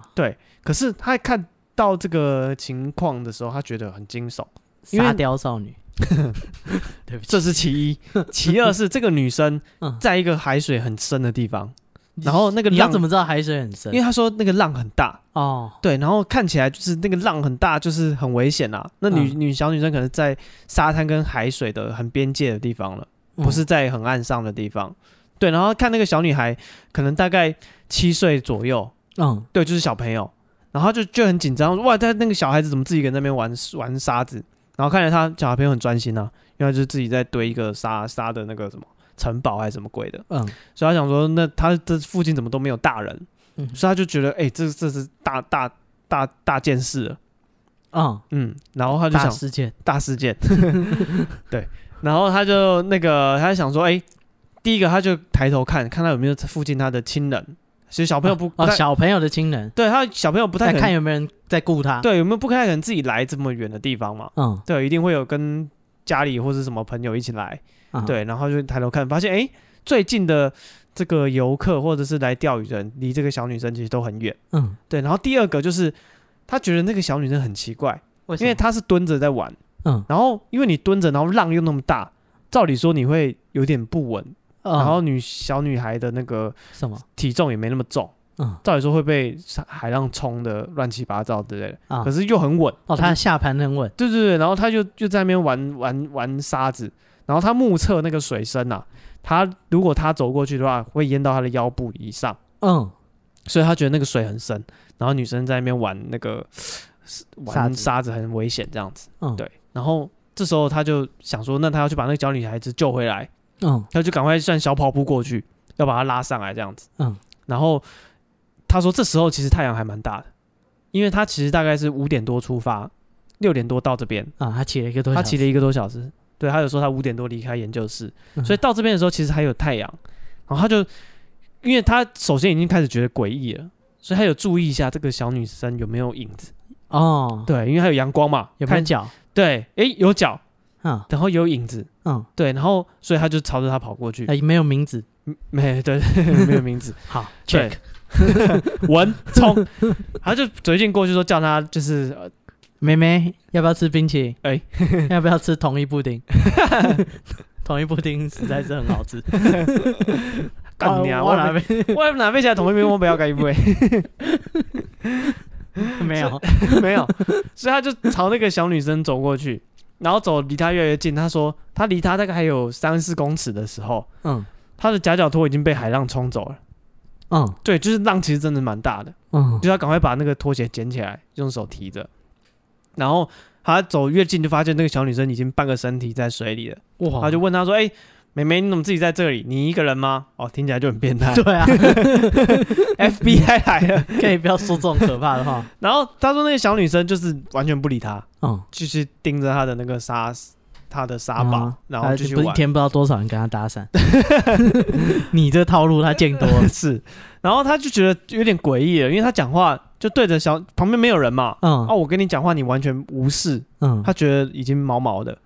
可是他看到这个情况的时候，他觉得很惊悚。因为
沙雕少 [LAUGHS] 女，对不起，
这是其一，其二是这个女生
[LAUGHS] 嗯
在一个海水很深的地方，然后那个
你要
浪
怎，么知道海水很深
因为？她说那个浪很大，
哦，
对，然后看起来就是那个浪很大，就是很危险啦。那女、
嗯
女小女生可能在沙滩跟海水的很边界的地方了，
嗯
不是在很岸上的地方。对，然后看那个小女孩，可能大概七岁左右，
嗯，
对，就是小朋友，然后她就就很紧张，哇，她那个小孩子怎么自己跟那边玩玩沙子？然后看着他小朋友很专心啊，因为他就是自己在堆一个沙沙的那个什么城堡还是什么鬼的，
嗯
所以他想说，那他这附近怎么都没有大人，
嗯
所以他就觉得，哎、这这是大大大大件事了，
嗯，
嗯，然后他就
大
想
事件，
大事件， [LAUGHS] 对，然后他就那个，他就想说，哎、第一个他就抬头看看他有没有附近他的亲人，其实小朋友不不
哦，
太，
小朋友的亲人，
对他小朋友不太
来
可
看
能，
有没有人在顾他。，
对有没有不太可能自己来这么远的地方嘛，
嗯，
对，一定会有跟家里或是什么朋友一起来，
啊，
对，然后就抬头看，发现哎、诶最近的这个游客或者是来钓鱼的人，离这个小女生其实都很远。
嗯，
对，然后第二个就是他觉得那个小女生很奇怪，
为什
因
么
为她是蹲着在玩，
嗯，
然后因为你蹲着，然后浪又那么大，照理说你会有点不稳，然
嗯
后女小女孩的那个
什么？
体重也没那么重，
嗯
照理说会被沙海浪冲的乱七八糟之类的，
啊
可，是又很稳。
哦，他的下盘很稳，
对对对，然后他就就在那边玩玩玩沙子，然后他目测那个水深啊，他如果他走过去的话，会淹到他的腰部以上，
嗯，
所以他觉得那个水很深，然后女生在那边玩那个
沙
玩
子
沙子很危险这样子，
嗯
对，然后这时候他就想说，那他要去把那个小女孩子救回来，
嗯，
他就赶快算小跑步过去，要把她拉上来这样子。
嗯，
然后他说这时候其实太阳还蛮大的，因为他其实大概是五点多出发，六点多到这边，
啊，他骑了一个多小
他
时，
骑了一个多小时。对，他有说他五点多离开研究室，
嗯
所以到这边的时候其实还有太阳。然后他就，因为他首先已经开始觉得诡异了，所以他有注意一下这个小女生有没有影子。
哦，
对，因为她有阳光嘛，
有没有
看
脚？
对，诶，有脚，
啊，
然后有影子，
嗯，
对，然后所以他就朝着她跑过去。
哎，没有名字，
没对， [LAUGHS] 没有名字。
好
对
[LAUGHS] ，check，
文冲，他就走近过去说叫他就是呃
妹妹要不要吃冰淇淋？
哎，
[LAUGHS] 要不要吃同一布丁？ [LAUGHS] 同一布丁实在是很好吃，
[LAUGHS] 干你啊！我
哦我哪
哪
边 [LAUGHS]
我哪背起来同一边，我不要干一杯，
没有？
[LAUGHS] 没有，所以他就朝那个小女生走过去，然后走离她越来越近。他说他离她大概还有三四公尺的时候，
嗯
他的夹脚拖已经被海浪冲走了。
嗯
对，就是浪其实真的蛮大的，
嗯
就要赶快把那个拖鞋捡起来，用手提着。然后他走越近，就发现那个小女生已经半个身体在水里了。
哇
他就问他说：“哎、妹妹，你怎么自己在这里？你一个人吗？哦，听起来就很变
[LAUGHS]
态。
[LAUGHS]
[LAUGHS]
对啊，
FBI 来了，
可以不要说这种可怕
[LAUGHS]
的话。
然后他说那个小女生就是完全不理他，
嗯，
继续盯着他的那个沙，他的沙堡，
啊
然
他
后
就
继续
不是一
玩。
天不知道多少人跟他
[LAUGHS]
搭讪， [LAUGHS] 你这套路他见多 [LAUGHS] 了。
是，然后他就觉得有点诡异了，因为他讲话就对着小旁边没有人嘛，
嗯
哦，我跟你讲话你完全无视，
嗯，
他觉得已经毛毛的，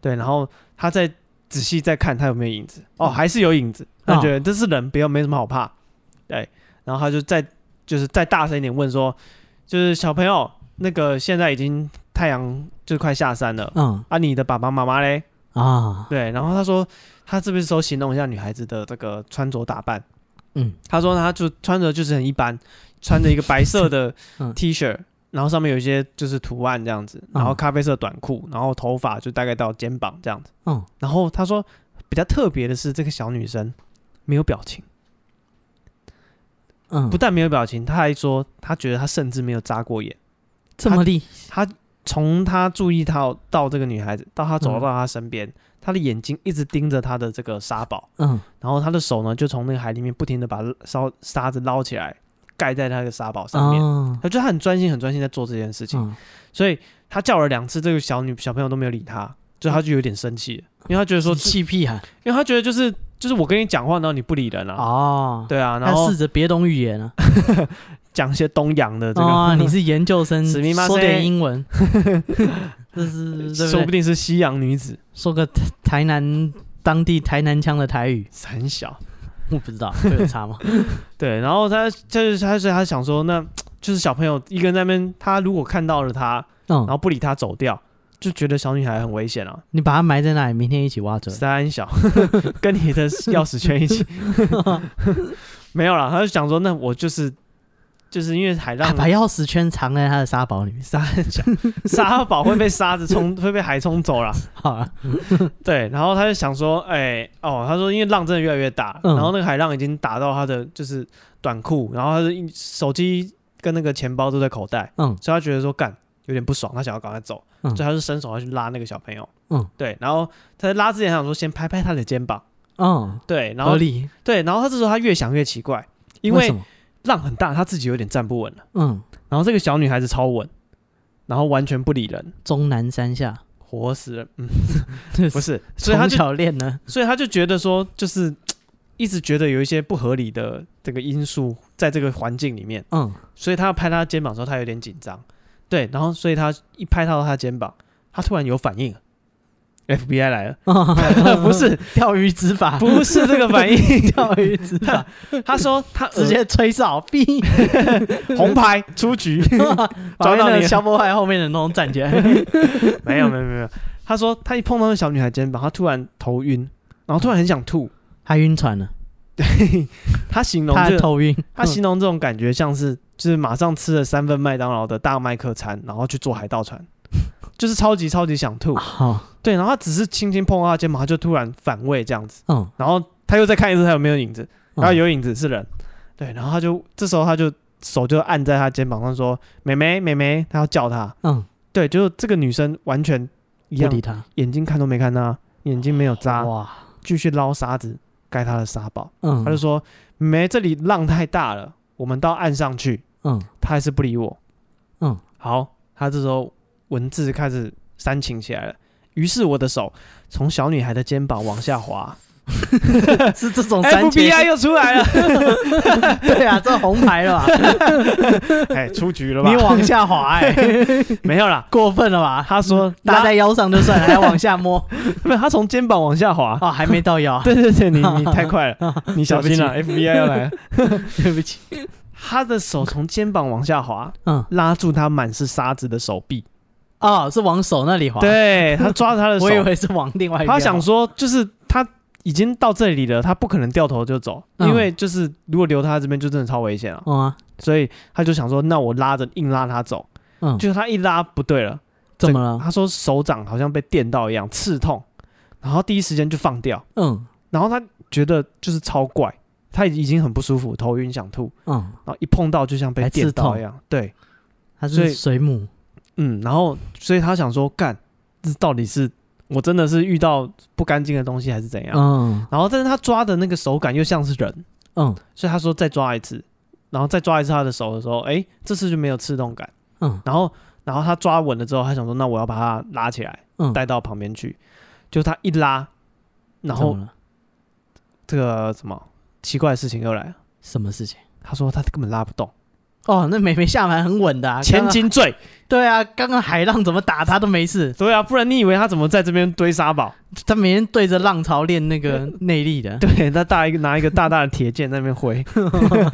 对，然后他再仔细再看他有没有影子，哦，
嗯
还是有影子，他
嗯
觉得这是人，不要没什么好怕，对，然后他就再就是再大声一点问说，就是小朋友，那个现在已经太阳就快下山了，
嗯
啊，你的爸爸妈妈嘞？
啊
对，然后他说他这边时候形容一下女孩子的这个穿着打扮，
嗯
他说他就穿着就是很一般，穿着一个白色的
[LAUGHS] 嗯
T 恤，然后上面有一些就是图案这样子，然后咖啡色短裤，然后头发就大概到肩膀这样子。
嗯，
然后他说比较特别的是，这个小女生没有表情，
嗯，
不但没有表情，他还说他觉得她甚至没有眨过眼。
这么厉，
他从他注意到到这个女孩子，到他
嗯
走到她身边，他的眼睛一直盯着她的这个沙堡，
嗯
然后他的手呢就从那个海里面不停的把烧沙子捞起来，盖在他的沙堡上面。
啊
他觉得他很专心、很专心在做这件事情，
嗯
所以他叫了两次，这个小女小朋友都没有理他，就他就有点生气了，因为他觉得说
你，嗯气屁喊
因为他觉得就是就是我跟你讲话，然后你不理人啊，
哦，
对啊，然
他
后
试着别懂语言啊。
讲一些东洋 [LAUGHS] 的这个， [LAUGHS]
啊，你是研究生，
史密马
说点
塞 [LAUGHS]
英文，这是对
说不
不对？
定是西洋女子，
说个台台南当地台南腔的台语，
很小，
我不知道会有 [LAUGHS] 差吗？
对，然后他就是他是他想说，那就是小朋友一个人在那边，他如果看到了他，然
嗯，
后不理他走掉，就觉得小女孩很危险啊，
你把它埋在那里，明天一
[LAUGHS]
起挖走。
三小跟你的钥匙圈一
[LAUGHS]
起，没有啦，他就想说，那我就是就是因为海
[LAUGHS]
浪
啊把钥匙圈藏在他的沙堡里面。
沙小 [LAUGHS] 沙堡会被沙子冲， [LAUGHS] 会被海冲
[LAUGHS]
走啦。
[LAUGHS] 好啊了，
对，然后他就想说，哎、哦，他说因为浪真的越来越大，
嗯
然后那个海浪已经打到他的就是短裤，然后他的手机跟那个钱包都在口袋，
嗯
所以他觉得说干有点不爽，他想要赶快走，
嗯
所以他就伸手要去拉那个小朋友，
嗯，
对，然后他在拉之前想说先拍拍他的肩膀。
嗯，
对，然后
合理，
对，然后他这时候他越想越奇怪，因
什
为
么？
浪很大，他自己有点站不稳了。
嗯，
然后这个小女孩子超稳，然后完全不理人，
终南山下，
活死人。嗯，不 [LAUGHS]
不 [LAUGHS]
是，所以他
从
就
小练呢？
所以他就觉得说，就是一直觉得有一些不合理的这个因素在这个环境里面，
嗯，
所以他拍他肩膀的时候，他有点紧张。对，然后所以他一拍到他肩膀，他突然有反应了，FBI 来了， [LAUGHS] 不是
[LAUGHS] 钓鱼执法，
不是这个反应，
[LAUGHS] 钓鱼执法，
他说 [LAUGHS] 他
直接吹哨，哔，
[LAUGHS] 红牌出局。 [LAUGHS]
把
抓到
那
你
个消波块后面的那种站起来。
没
嗯
有没有没有没有，他说他一碰到那小女孩肩膀，他突然头晕，然后突然很想吐。
他晕船了，
他形容
他
这
头晕，嗯
他形容这种感觉像是就是马上吃了三份麦当劳的大麦克餐，然后去坐海盗船，就是超级超级想吐。
啊好，
对，然后他只是轻轻碰到他肩膀，他就突然反胃这样子，
嗯，
然后他又再看一次他有没有影子，
嗯
然后有影子是人，对，然后他就这时候他就手就按在他肩膀上说：“妹妹妹妹，他要叫她。
嗯，”
对，就是这个女生完全一
不
样啊
理他，
眼睛看都没看他，眼睛没有眨，
哇，
继续捞沙子盖他的沙堡。
哦嗯，
他就说：“没，这里浪太大了，我们到岸上去。 [LAUGHS]
嗯”
他还是不理我。
嗯，
好，他这时候文字开始煽情起来了。于是我的手从小女孩的肩膀往下滑哎
是这种三节
，FBI 又出来了，
[LAUGHS]
[LAUGHS]
对啊，这红牌了吧？
哎，出局了吧？
你往下滑，
[LAUGHS]
哎，
没有啦？
过分了吧？
他说
搭
拉
嗯在腰上就算了，还往下
[LAUGHS]
摸，
没有，他从肩膀往下滑。
哦，还没到腰，
[LAUGHS] 对对对，你
[LAUGHS]
你太快了，你小心了，FBI 要来了。
对不起，
他的手从肩膀往下滑，
嗯，
拉住他满是沙子的手臂，
哦，是往手那里滑，，
对他抓着他的手
[LAUGHS] 我以，为是往另外一边滑，
他想说就是他已经到这里了，他不可能掉头就走，
嗯
因为就是如果留他这边就真的超危险了，
嗯啊，
所以他就想说那我拉着硬拉他走，
嗯，
就是他一拉不对了，
怎么
整
了？
他说手掌好像被电到一样刺痛，然后第一时间就放掉，
嗯
然后他觉得就是超怪，他已经很不舒服，头晕想吐，
嗯，
然后一碰到就像被
还刺
电到
痛
一样，对，
他
所以
是水母，
嗯，然后所以他想说，干，这到底是我真的是遇到不干净的东西还是怎样。
嗯
然后，但是他抓的那个手感又像是人，
嗯
所以他说再抓一次，然后再抓一次他的手的时候，哎，这次就没有刺痛感。
嗯
然后，然后他抓稳了之后，他想说，那我要把它拉起来，
嗯，
带到旁边去。就他一拉，然后
怎么了
这个什么奇怪的事情又来了。
什么事情？
他说他根本拉不动，
哦，那美眉下盘很稳的、啊，
千
刚刚
斤坠。
对啊，刚刚海浪怎么打她都没事，
对啊，不然你以为他怎么在这边堆沙堡？
她每天对着浪潮练那个内力的，
[LAUGHS] 对，他大一个拿一个大大的铁剑在那边挥，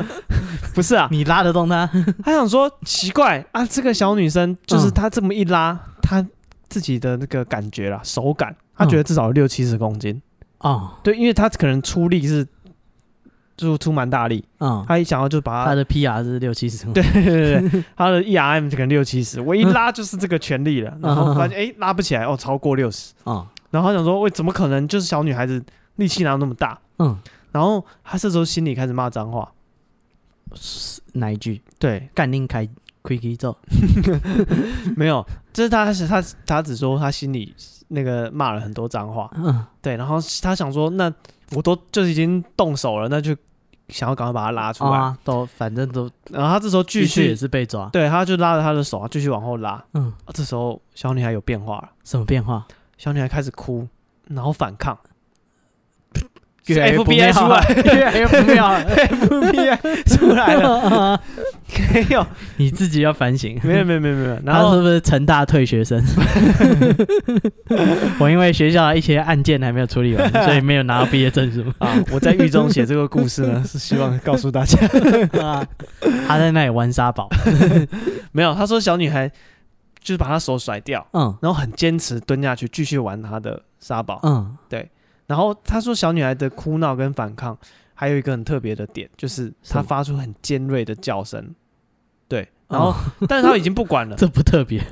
[LAUGHS] 不是啊？
你拉得
[LAUGHS]
动她？
他想说奇怪啊，这个小女生就是
嗯
她这么一拉，她自己的那个感觉啦，手感，她
嗯
觉得至少有六七十公斤。
哦，
对，因为她可能出力是就出蛮大力，
嗯，
她一想要就把
她
她 [LAUGHS]
的 PR 是六七十，
对对对对，她的 ERM 可能六七十，我
嗯
一拉就是这个全力了，然后发现哎、拉不起来哦，超过六十，
哦，
然后她想说喂怎么可能？就是小女孩子力气哪有那么大？
嗯，
然后她这时候心里开始骂脏话，
哪一句？
对，
干令开 quick 咒，
[LAUGHS] 没有，这是他他他只说他心里那个骂了很多脏话，
嗯
对，然后他想说，那我都就是已经动手了，那就想要赶快把他拉出来。
啊，都反正都
然后他这时候继
继续也
续，
是被抓，
对，他就拉着他的手啊，继续往后拉。
嗯，
啊这时候小女孩有变化了，
什么变化？
小女孩开始哭，然后反抗。
越来越不
FBI
妙
出
了
来
[LAUGHS] 越来越不
[LAUGHS]
妙了。 [LAUGHS]
，FBI 出来了，没有，
你自己要反省。 [LAUGHS]
没有，没有，没有，没有。然
然后
后
是不是成大退学生？ [LAUGHS] 我因为学校一些案件还没有处理
[LAUGHS]
完，所以没有拿到毕业证书。
啊，我在狱中写这个故事呢，是希望告诉大家，
[LAUGHS] 啊他在那里玩沙堡，
没有。他说小女孩就是把她手甩掉，
嗯
然后很坚持蹲下去继续玩她的沙堡。
嗯
然后他说小女孩的哭闹跟反抗，还有一个很特别的点，就是她发出很尖锐的叫声。对，然
[LAUGHS]
后、
嗯
但是她已经不管了，[LAUGHS]
哦这不特别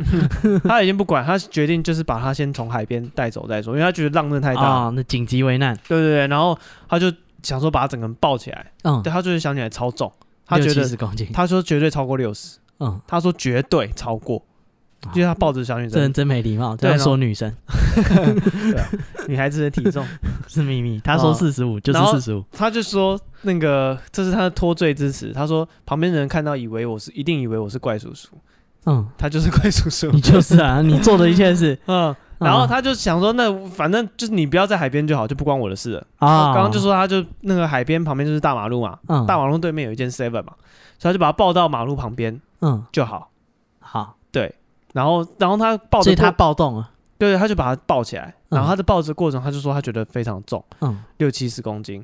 她已经不管，她决定就是把她先从海边带走再说，因为她觉得浪真的太大。
啊、那紧急危难，
对对对，然后她就想说把她整个人抱起来，
嗯，
对，她就是小女孩超重，她觉
六七
得
十公斤，
她说绝对超过六十，
嗯，
她说绝对超过，
啊
因为她抱着小女
这人
生，
真没礼貌，这
对
样
然后
说女生
女孩子的体重。
是秘密。他说
啊
四十五就是
然后
四十五，
他就说那个这是他的脱罪之词。他说旁边的人看到以为我是一定以为我是怪叔叔，
嗯，
他就是怪叔叔
你。就是啊，你做的一切 [LAUGHS] 是
[LAUGHS] 嗯，然后
嗯
他就想说，那反正就是你不要在海边就好，就不关我的事了。
啊，
刚刚就说他就那个海边旁边就是大马路嘛，
嗯
大马路对面有一间 Seven 嘛，所以他就把他抱到马路旁边
嗯
就好。
好，
对，然后然后他抱
所
着
以他
过，
暴动了，
对，他就把他抱起来，
嗯
然后他的抱着过程，他就说他觉得非常重。
嗯
六七十公斤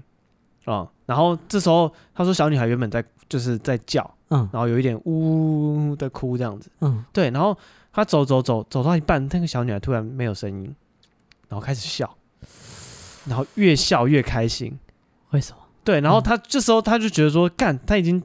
啊、嗯然后这时候他说小女孩原本在就是在叫，
嗯
然后有一点呜呜的哭这样子，
嗯，
对，然后他走走走走到一半，那个小女孩突然没有声音，然后开始笑，然后越笑越开心，
为什么？
对，然后
嗯
他、这时候他就觉得说干，他已经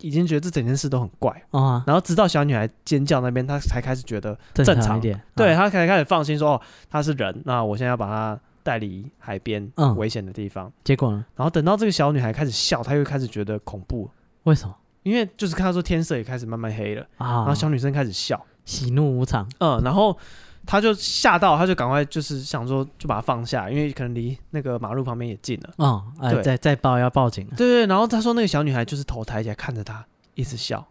已经觉得这整件事都很怪。
哦啊，
然后直到小女孩尖叫那边，他才开始觉得，
正
正常
一点，啊
对，他才开始放心说，哦，她是人，那我现在要把她带离海边、
嗯
危险的地方。
结果呢？
然后等到这个小女孩开始笑，她又开始觉得恐怖，
为什么
因为就是看她说天色也开始慢慢黑了，
啊？
然后小女生开始笑，
喜怒无常，
嗯，然后她就吓到，她就赶快就是想说就把她放下，因为可能离那个马路旁边也近了，
哦，哎，
对
再再报要报警了，
对对，然后她说那个小女孩就是头抬起来看着她，一直笑。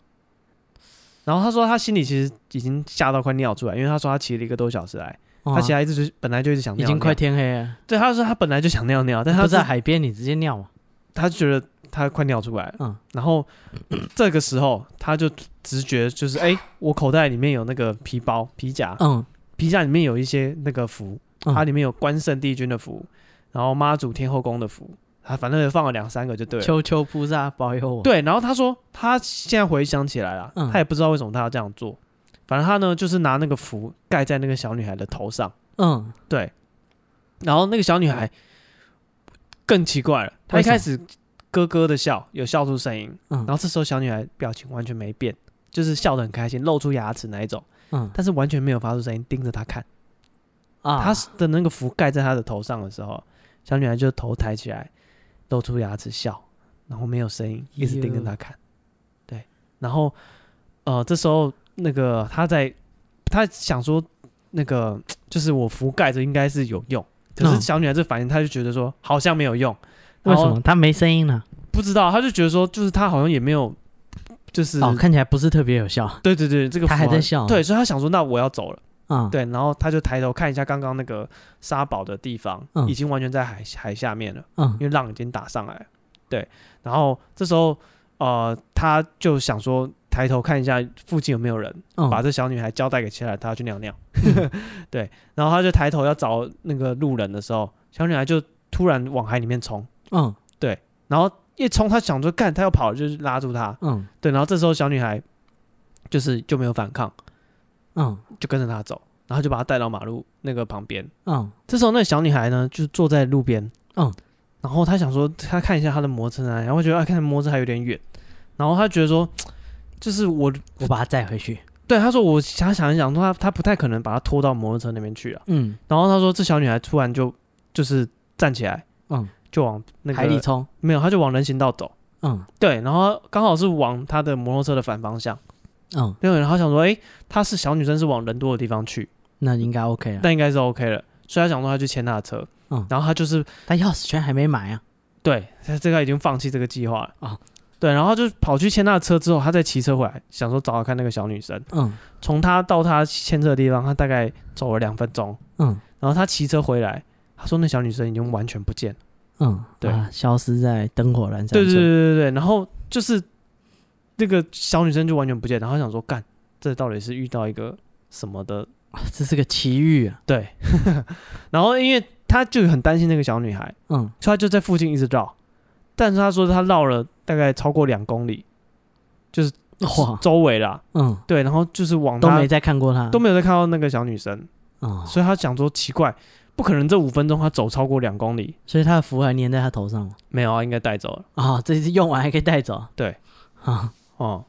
然后她说她心里其实已经吓到快尿出来，因为她说她骑了一个多小时来，
哦啊
她其他一直就是本来就一直想
嗯已
尿
经快
尿，
天黑了，
对，她说她本来就想尿尿，但她
不啊
是
在海边，你直接尿嘛？
他就觉得他快尿出来了，
嗯
然后这个时候他就直觉就是，哎、我口袋里面有那个皮包、皮夹，
嗯，
皮夹里面有一些那个符，
嗯
它里面有关圣帝君的符，然后妈祖天后宫的符，他反正放了两三个就对了。
求求菩萨保佑我。，
对，然后他说他现在回想起来了，
嗯
他也不知道为什么他要这样做，反正他呢就是拿那个符盖在那个小女孩的头上，
嗯，
对，然后那个小女孩更奇怪了，她一
为什么
开始咯咯的笑，有笑出声音，
嗯
然后这时候小女孩表情完全没变，就是笑得很开心，露出牙齿那一种，
嗯
但是完全没有发出声音，盯着她看。
啊，
她的那个符盖在她的头上的时候，小女孩就头抬起来，露出牙齿笑，然后没有声音，一直盯着她看。对，然后呃，这时候那个她在她想说那个就是我覆盖着应该是有用，可是
嗯
小女孩这反应，她就觉得说好像没有用，
为
然后
什么他没声音呢？
不知道，她就觉得说就是她好像也没有，就是、
哦，看起来不是特别有效
对对对，这个
她还
符号
在笑哦
对，所以她想说那我要走了。
啊。
对，然后他就抬头看一下刚刚那个沙堡的地方，
嗯
已经完全在海海下面了，
嗯
因为浪已经打上来了。对，然后这时候呃，他就想说抬头看一下附近有没有人，把
嗯，
这小女孩交代给其他人，她要去尿尿。 [LAUGHS] 对，然后他就抬头要找那个路人的时候，小女孩就突然往海里面冲，
嗯
然后一冲，他想说干，他要跑，就是拉住她。
嗯
对，然后这时候小女孩就是就没有反抗，
嗯
就跟着他走，然后就把他带到马路那个旁边。
嗯
这时候那个小女孩呢，就坐在路边，
嗯，
然后她想说，她看一下她的摩托车在哪里，然后觉得啊，看摩托车还有点远，然后她觉得说，就是我
我把他载回去。
对她说，我想想一想说，她她不太可能把她拖到摩托车那边去了。啊
嗯
然后她说，这小女孩突然就就是站起来，
嗯，
就往那个
海里冲。
没有，她就往人行道走，
嗯
对，然后刚好是往她的摩托车的反方向。
嗯，
对，然后她想说，诶，她是小女生，是往人多的地方去，
那应该 OK 了。
那应该是 OK 了，所以她想说，她去牵她的车，
嗯
然后她就是
但钥匙圈还没买啊。
对，他这个已经放弃这个计划了
啊
对，然后就跑去牵他的车之后，他再骑车回来，想说找找看那个小女生。
嗯
从他到他牵车的地方，他大概走了两分钟，
嗯
然后他骑车回来，他说那小女生已经完全不见了。
嗯，
对
啊，消失在灯火阑珊处。
对对对对对，然后就是那个小女生就完全不见，然后他想说干，这到底是遇到一个什么的？
啊这是个奇遇啊。
对， [LAUGHS] 然后因为他就很担心那个小女孩，
嗯
所以他就在附近一直绕，但是他说他绕了大概超过两公里，就是
哇
周围啦，
嗯，
对，然后就是往
都
他
没再看过他。
都没有再看到那个小女生，
啊，
所以他想说奇怪，不可能这五分钟他走超过两公里，
所以他的符还粘在他头上了。
没有啊，应该带走了
啊，这次用完还可以带走。
对
啊，
哦、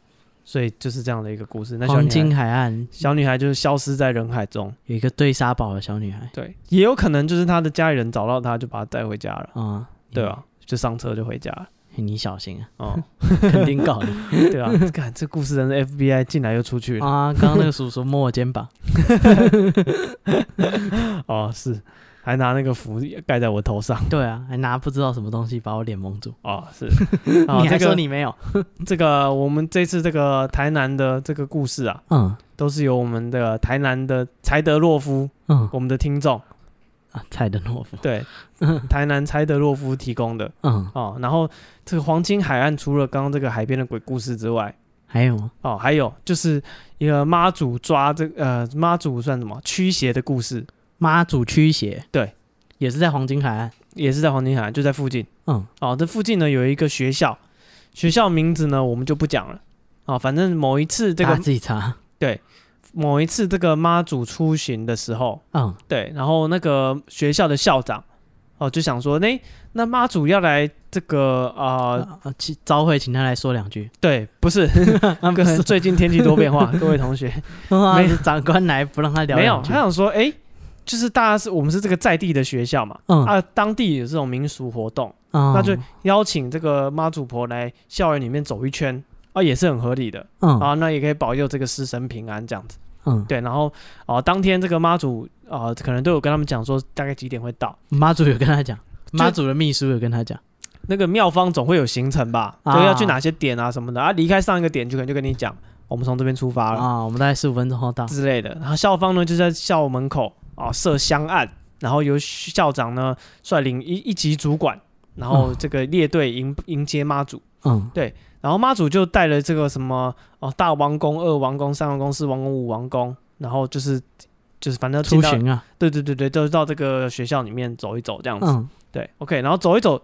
所以就是这样的一个故事。那小
黄
女孩
金海岸
小女孩就是消失在人海中，
有一个堆沙堡的小女孩
对，也有可能就是她的家里人找到她，就把她带回家了，
啊，
对啊，就上车就回家了，
你，你小心啊， [LAUGHS]
哦，
肯定告
[LAUGHS]
你
对啊，看这故事真是 FBI 进来又出去了。
啊！刚刚那个叔叔摸我肩膀， [LAUGHS] 啊
哦，是，还拿那个符盖在我头上。
对啊，还拿不知道什么东西把我脸
[LAUGHS]
蒙住，
哦，
[LAUGHS]
是。
你还
这
说
个
你没有？
这个，我们这次这个台南的这个故事啊，
嗯
都是由我们的台南的柴德洛夫，
嗯
我们的听众，
啊，蔡德诺夫，
对，
嗯
台南柴德洛夫提供的
嗯，
哦。然后这个黄金海岸除了刚刚这个海边的鬼故事之外，
还有吗？
哦，还有就是一个妈祖抓这呃妈祖算什么驱邪的故事，
妈祖驱邪，
对，
也是在黄金海岸，
也是在黄金海岸，就在附近。
嗯
哦，这附近呢有一个学校，学校名字呢我们就不讲了。哦，反正某一次这
大家
个
自己查，
某一次这个妈祖出巡的时候，
嗯
对，然后那个学校的校长哦就想说，那那妈祖要来这个啊、呃
啊，啊请召回请他来说两
[LAUGHS]
句，
对，不是，
[LAUGHS] 啊
可能最近天气多变化，各位同 [LAUGHS] 学
没
没
有啊长官来不让他聊
没有，
两句
他，想说，哎、就是大家是我们是这个在地的学校嘛，
嗯啊
啊，当地有这种民俗活动，
那
那就邀请这个妈祖婆来校园里面走一圈啊，也是很合理的
嗯
啊，那也可以保佑这个师生平安这样子。
嗯，
对，然后啊、当天这个妈祖啊、可能都有跟他们讲说大概几点会到，
妈祖有跟他讲，妈祖的秘书有跟他讲，
那个庙方总会有行程吧，
啊
对，要去哪些点啊什么的啊，离开上一个点就可能就跟你讲，我们从这边出发了、
啊，我们大概十五分钟后到。
之类的。然后校方呢就在校门口啊、设香案，然后由校长呢率领一一级主管，然后
嗯
这个列队迎迎接妈祖。
嗯
然后妈祖就带了这个什么哦，大王宫、二王宫、三王宫、四王宫、五王宫，然后就是就是反正，进
出
到
巡啊，
对对对对，就是到这个学校里面走一走这样子。
嗯
对，OK，然后走一走，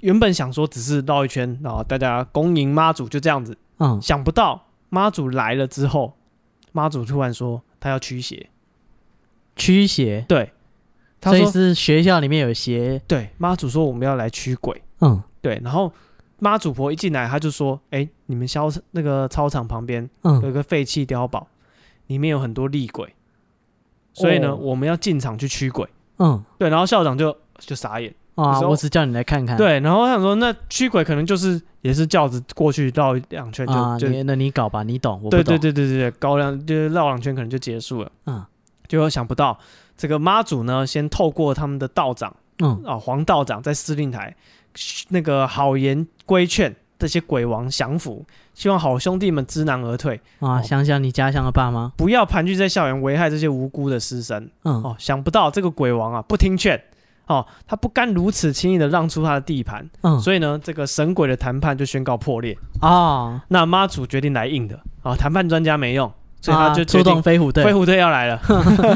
原本想说只是绕一圈，然后大家恭迎妈祖就这样子，
嗯，
想不到妈祖来了之后，妈祖突然说她要驱邪，
驱邪，
对，她
所以
说
是学校里面有邪，
对，妈祖说我们要来驱鬼，
嗯
对，然后妈祖婆一进来，她就说，哎，你们消那个操场旁边。有
嗯，
一个废弃碉堡，里面有很多厉鬼，所以呢，
哦
我们要进场去驱鬼。
嗯
对，然后校长就就傻眼，
啊，
就是
我只叫你来看看，
对，然后我想说，那驱鬼可能就是也是轿子过去绕两圈就、
啊，
就，
你那你搞吧，你懂，我不
对
懂，
对对对对对，高粱就是绕两圈可能就结束了。
嗯，
就想不到这个妈祖呢，先透过他们的道长
嗯，
啊、黄道长在司令台那个好言规劝这些鬼王降服，希望好兄弟们知难而退，
啊，
哦
想想你家乡的爸妈，
不要盘踞在校园危害这些无辜的师生。
嗯，
哦，想不到这个鬼王啊不听劝。哦，他不甘如此轻易的让出他的地盘，
嗯，
所以呢，这个神鬼的谈判就宣告破裂。
啊，
那妈祖决定来硬的啊，谈判专家没用，所以他就
啊出
决定
动飞虎队
飞，虎队要
[LAUGHS]
来了。 [LAUGHS]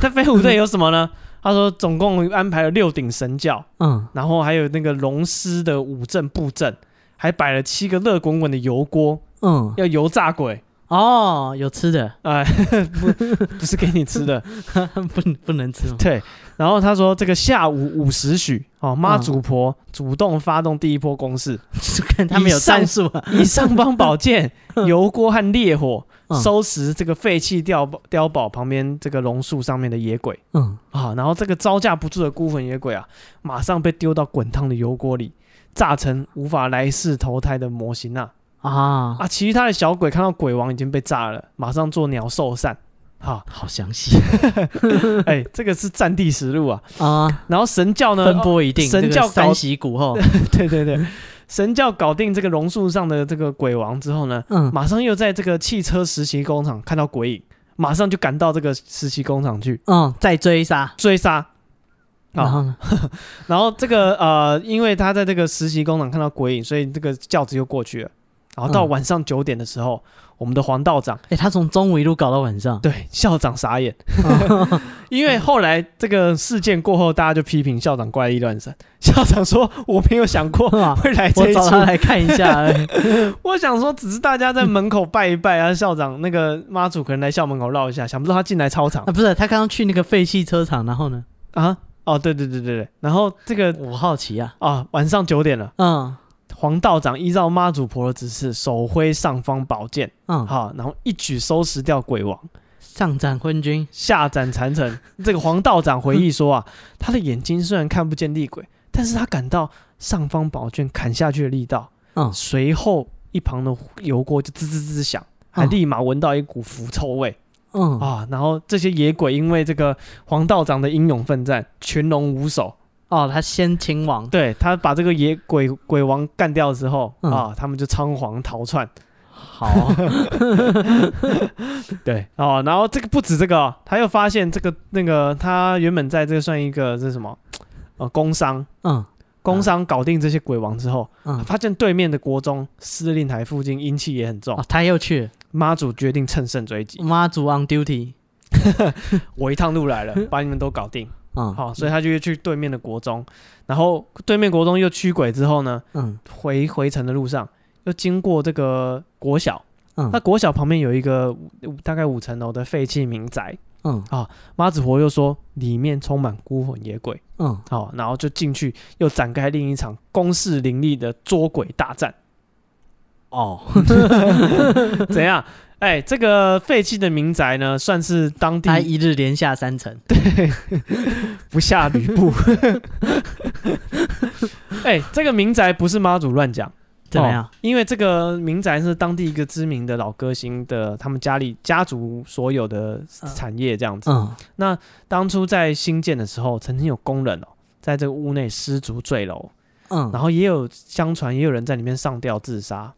那飞虎队有什么呢？他说总共安排了六顶神教，
嗯，
然后还有那个龙狮的五阵布阵，还摆了七个热滚滚的油锅，
嗯，
要油炸鬼。 [LAUGHS]
哦，有吃的， [LAUGHS]
哎、不不是给你吃的，
不不
[LAUGHS]
能吃吗？
对。然后他说，这个下午五时许，哦，妈祖婆主动发动第一波攻势，
就看他们有战术啊， [LAUGHS]
以尚方宝剑、油锅和烈火
嗯
收拾这个废弃碉堡碉堡旁边这个榕树上面的野鬼。
嗯，
啊，然后这个招架不住的孤魂野鬼啊，马上被丢到滚烫的油锅里，炸成无法来世投胎的模型啊！
啊，
啊，其余他的小鬼看到鬼王已经被炸了，马上做鸟兽散。
[LAUGHS]
哈、
好详细
哎、这个是战地实录啊。
啊，
然后神教呢，
分
哦
拨一定，
神
这个
教搞
三喜古后，
对对对，神教搞定这个榕树上的这个鬼王之后呢，
[LAUGHS] 嗯，
马上又在这个汽车实习工厂看到鬼影，马上就赶到这个实习工厂去
嗯，再追杀，
追杀。
然
啊，
后呢？
然后这个呃，因为他在这个实习工厂看到鬼影，所以这个轿子又过去了。然后到
嗯
晚上九点的时候，我们的黄道长
哎，他从中午一路搞到晚上，
对校长傻
[LAUGHS]
眼，因为后来这个事件过后，大家就批评校长怪力乱神。校长说：“我没有想过
哇
会来这
[LAUGHS] 我
一出
找，他来看一下而已，
我想说只是大家在门口拜一拜啊，校长那个妈祖可能来校门口绕一下，想不到他进来操场
[LAUGHS] 啊，不是，他刚刚去那个废弃车厂，然后呢？
啊。”哦，对对对对对，然后这个
我好奇啊，
啊，晚上九点了，
嗯
黄道长依照妈祖婆的指示，手挥上方宝剑，
嗯，
好，然后一举收拾掉鬼王，
上战昏君，
下斩残城。这个黄道长回忆说啊， [LAUGHS] 他的眼睛虽然看不见厉鬼，但是他感到上方宝卷砍下去的力道，
嗯
随后一旁的油锅就滋滋滋响，还
嗯
立马闻到一股腐臭味、
嗯
啊。然后这些野鬼因为这个黄道长的英勇奋战，群龙无首，
哦，他先秦王，
对他把这个野鬼鬼王干掉之后、
嗯
啊，他们就仓皇逃窜。
[LAUGHS] 好，
对哦，然后这个不止这个哦、他又发现这个那个他原本在这个算一个这是什么呃工商，
嗯
工商搞定这些鬼王之后，
嗯，
发现对面的国中司令台附近阴气也很重
哦，，他又去了
妈祖决定乘胜追击，
妈祖 on duty，
我一趟路
[LAUGHS]
来了，把你们都搞定。
嗯，
好、所以他就去对面的国中，然后对面国中又驱鬼之后呢，
嗯
回回程的路上又经过这个国小，
嗯
那国小旁边有一个五大概五层楼的废弃民宅。
嗯
妈子婆又说里面充满孤魂野鬼，
嗯，
好、然后就进去又展开另一场攻势凌厉的捉鬼大
[LAUGHS]
战。
哦，
怎样？哎，这个废弃的民宅呢，算是当
他
地
一日连下三层，
不下吕布。 [LAUGHS] 哎，这个民宅不是妈祖乱讲，
怎么样
哦？因为这个民宅是当地一个知名的老歌星的他们家里家族所有的产业这样子。
嗯
那当初在新建的时候，曾经有工人哦，在这个屋内失足坠楼，
嗯，
然后也有相传也有人在里面上吊自杀，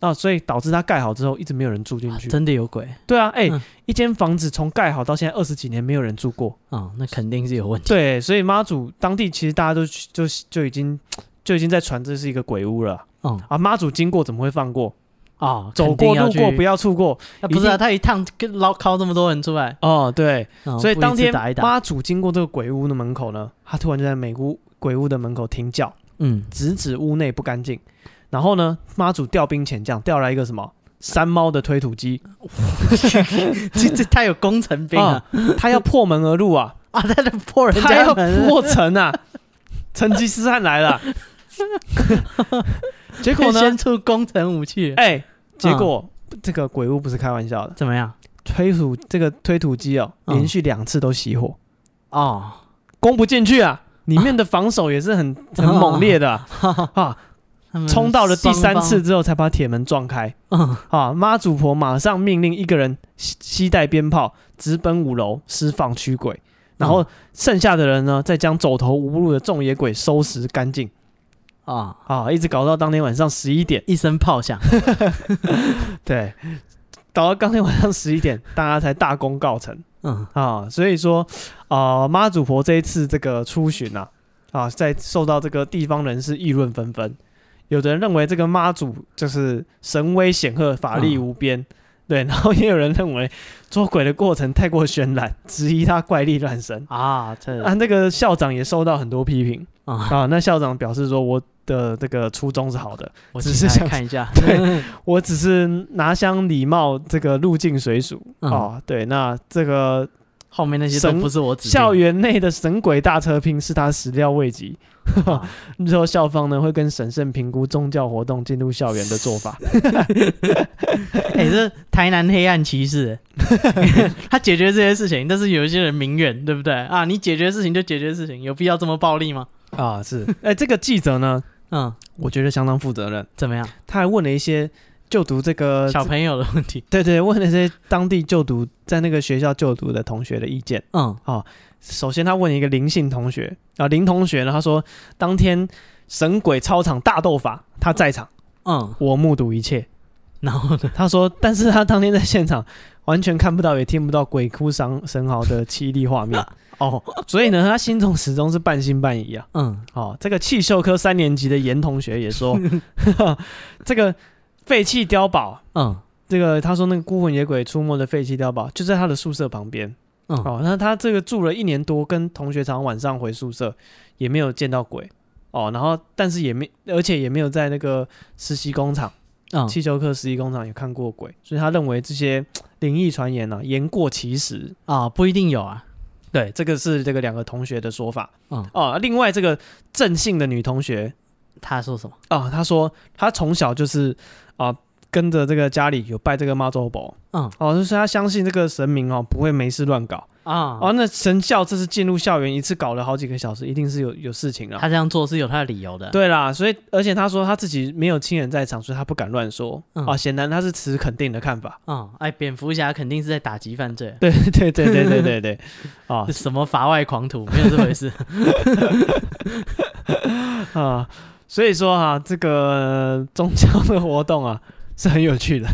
那所以导致它盖好之后一直没有人住进
啊
去。
真的有鬼，
对啊，哎、
嗯
一间房子从盖好到现在二十几年没有人住过。
哦，那肯定是有问题，
对，所以妈祖当地其实大家都去就就已经就已经在传这是一个鬼屋了
嗯
啊。妈祖经过怎么会放过？
哦，
走
肯定
过
要
路过
去
不，要错过。
啊不是
一
啊，
定
他一趟跟捞靠这么多人出来，
哦，对，
嗯
所以
不一
当
次
天
打一打，
妈祖经过这个鬼屋的门口呢，他突然就在美屋鬼屋的门口停轿，
嗯
直指屋内不干净。然后呢，妈祖调兵遣将，调来一个什么山猫的推土机，
[LAUGHS] 这这他有工程兵啊，
他要破门而入啊，
啊，他在破 [LAUGHS] 人
哦他
家
要
门了，
破城啊，成吉思汗来
[LAUGHS]
了。结果呢？
先嗯出工程武器，
哎、结果、这个鬼屋不是开玩笑的，
怎么样？
推土这个推土机哦，
嗯
连续两次都熄火，
哦， [LAUGHS]
攻不进去啊。里面的防守也是很很猛烈的啊，啊
他们
冲到了第三次
双
之后才把铁门撞开
方，嗯，
啊！妈祖婆马上命令一个人携携带鞭炮直奔五楼释放驱鬼，然后剩下的人呢再将走投无路的众野鬼收拾干净
啊，
啊！一直搞到当天晚上十一点，
一声炮响，
对，搞到当天晚上十一点，大家才大功告成。
嗯，
啊，所以说，啊、妈祖婆这一次这个出巡啊，啊，在受到这个地方人士议论纷纷。有的人认为这个妈祖就是神威显赫，法力无边，对，然后也有人认为捉鬼的过程太过渲染，质疑他怪力乱神。
啊，这
啊，那个校长也受到很多批评
啊，
啊。那校长表示说，我的这个初衷是好的，
我
只
进
是
来
想
看一下，
对我只是拿乡礼貌，这个入境随俗
嗯
啊。对，那这个
后面那些都
神
不是我指定
校园内的神鬼大车拼是他始料未及。 [LAUGHS]
啊
日后校方呢会更审慎评估宗教活动进入校园的做法。
哎、这台南黑暗骑士， [LAUGHS] 他解决这些事情，但是有一些人民怨，对不对啊？你解决事情就解决事情，有必要这么暴力吗？
[LAUGHS] 啊，是。哎、这个记者呢，
嗯，
我觉得相当负责任，
怎么样？
他还问了一些就读呃这个
小朋友的问题，
[LAUGHS] 对对，问了一些当地就读在那个学校就读的同学的意见。
嗯
首先，他问了一个林姓同学啊，林同学呢，他说当天神鬼操场大斗法，他在场，
嗯，
我目睹一切。
然后呢？
他说，但是他当天在现场完全看不到，也听不到鬼哭神神嚎的凄厉画面哦，所以呢，他心中始终是半信半疑啊。
嗯，
哦，这个汽修科三年级的严同学也说， [LAUGHS] 这个废弃碉堡，
嗯
这个他说那个孤魂野鬼出没的废弃碉堡就在他的宿舍旁边。
嗯
哦，那他这个住了一年多，跟同学常常晚上回宿舍，也没有见到鬼。哦，然后但是也没，而且也没有在那个实习工厂。
嗯，
汽修课实习工厂也看过鬼，所以他认为这些灵异传言呢、啊、言过其实。
啊，不一定有啊，
对，这个是这个两个同学的说法。
嗯
哦，另外这个郑姓的女同学
他说什么？
啊，她说她从小就是啊跟着这个家里有拜这个妈祖婆，
嗯
哦，就是她相信这个神明哦不会没事乱搞。
啊，
哦，那神教这次进入校园一次搞了好几个小时，一定是有有事情啊
他。这样做是有他的理由的。，
对啦，所以而且她说她自己没有亲人在场，所以她不敢乱说。
嗯
啊，显然她是持肯定的看法。
嗯，哎，蝙蝠侠肯定是在打击犯罪，哦
对 [LAUGHS] 对对对对对对，啊
什么法外狂徒，没有这 [LAUGHS] 回事。
啊，所以说啊，这个宗教的活动啊是很有趣的，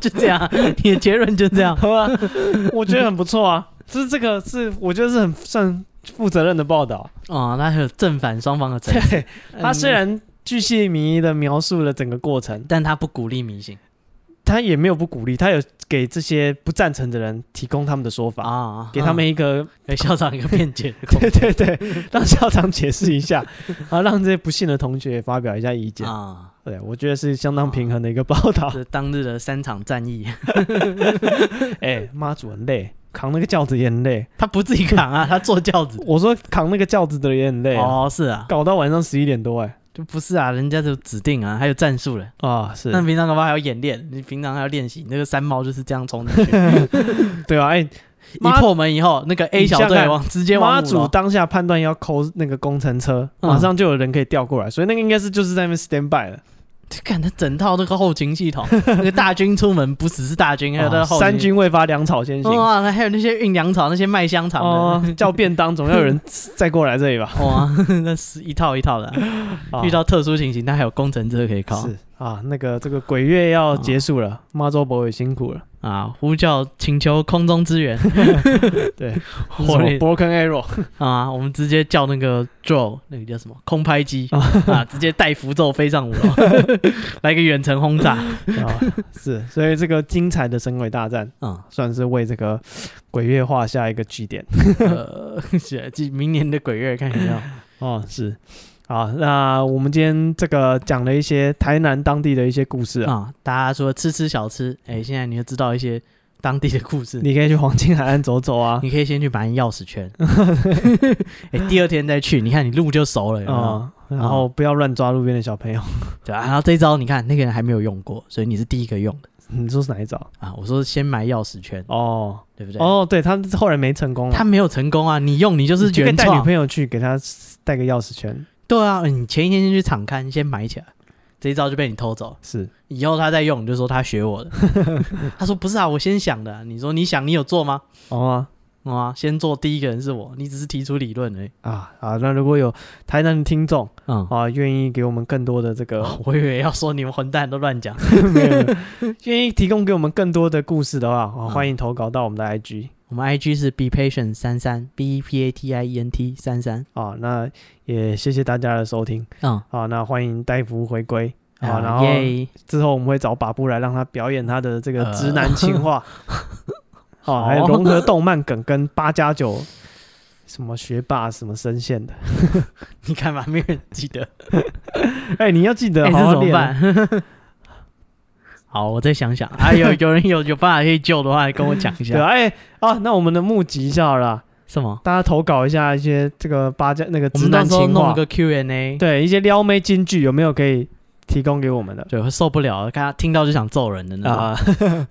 就这样，你的结论就这样。
好吧？ [LAUGHS] 我觉得很不错啊，就是这个是我觉得是很算负责任的报道。
哦，那还有正反双方的 [LAUGHS] 争。
对，他
嗯
虽然巨细靡遗的描述了整个过程，
但他不鼓励迷信
他也没有不鼓励，他有给这些不赞成的人提供他们的说法，
啊，
给他
啊
们一个
给校长一个辩解的空
[LAUGHS] 对对对，让校长解释一下，啊，让这些不幸的同学也发表一下意见
[LAUGHS] 间。啊。
对，我觉得是相当平衡的一个报道。
这当日的三场战役，
哎，妈祖很累，扛那个轿子也很累。
[LAUGHS] 他不自己扛 [LAUGHS] 啊，他坐轿子。
[LAUGHS] 我说扛那个轿子的人也很累啊、
哦，是啊，
搞到晚上十一点多哎、
就不是啊，人家就指定啊，还有战术了。
啊是
那平常的话还要演练，你平常还要练习。那个三猫就是这样冲进去，
对啊，哎、
一
妈
破门以后，那个 A
你
小
想想
队
看
往直接
妈
往五
祖
楼。
当下判断要扣那个工程车，
嗯
马上就有人可以调过来，所以那个应该是就是在那边 stand by 了。
看他整套那个后勤系统，那个大军出门不只是大军，还有那
啊
个后哦
三
军。
军未发，粮草先行。
哇，那还有那些运粮草、那些卖香肠
哦
的，，
[LAUGHS] 叫便当总要
[LAUGHS]
有人再过来这里吧？
哇， [LAUGHS] 那是一套一套的
[LAUGHS]
啊。
啊
遇到特殊情形，他还有工程车可以靠
是啊，那个这个鬼月要
嗯
结束了，妈祖伯也辛苦了。
啊！呼叫请求空中
[LAUGHS]
支援
对，
火力
broken
[LAUGHS]
arrow
啊！我们直接叫那个 drone，那个叫什么空拍机
哦
啊，直接带符咒飞上五楼， [LAUGHS] 来个远程轰炸
啊，是，所以这个精彩的神鬼大战
啊！
算是为这个鬼月画下一个句点。
呃， [LAUGHS] 是记明年的鬼月看有没有？
哦，是。好，那我们今天这个讲了一些台南当地的一些故事啊，
啊，大家说吃吃小吃，哎、现在你就知道一些当地的故事。
你可以去黄金海岸走走啊。
你可以先去买你钥匙圈，
[LAUGHS]
哎、第二天再去，你看你路就熟了，有没有
啊、然后不要乱抓路边的小朋友。
对啊，然后这一招你看那个人还没有用过，所以你是第一个用的
你说是哪一招？
啊。我说先买钥匙圈，
哦
对不对？，
哦，对他后来没成功了，
他没有成功啊，你用你就
你
是
就可以
原
带女
创
朋。友去给他带个钥匙圈。
对啊，你前一天先去场刊先买起来，这一招就被你偷走。
是
以后他再用，你就说他学我
[LAUGHS]
的。他说不是啊，我先想的啊、你说你想，你有做吗？
哦啊
哦啊，先做第一个人是我，你只是提出理论而已。
啊啊！那如果有台南的听众
嗯，
啊，愿意给我们更多的这
[LAUGHS]
个，
哦我以为要说你们混蛋都乱讲。
没有没有愿意提供给我们更多的故事的话，啊
嗯
欢迎投稿到我们的 IG
我们 IG 是 be patient 三三 b e p a t i e n t 三三。
啊。那也谢谢大家的收听
嗯，
啊，那欢迎戴夫回归。啊，然后
耶
之后我们会找把布来让他表演他的这个直男情话，哦，
呃好
还有融合动漫梗跟八加九什么学霸什么声线的，
你看吧，没有人记得，
哎、你要记得
哎，这
好好
怎么
练啊。
办？ [LAUGHS] 好，我再想想啊，有有人有有办法可以救的话，跟我讲一
[LAUGHS] 对
下。
啊，哎、啊，那我们的募集一下好了啊，
什么？
大家投稿一下一些这个八加那个
我
直
们到
男
时候
情
弄
话
一，个 Q&A。
对一些撩妹金句有没有可以提供给我们的
对，会受不了，看他听到就想揍人的那种。
啊？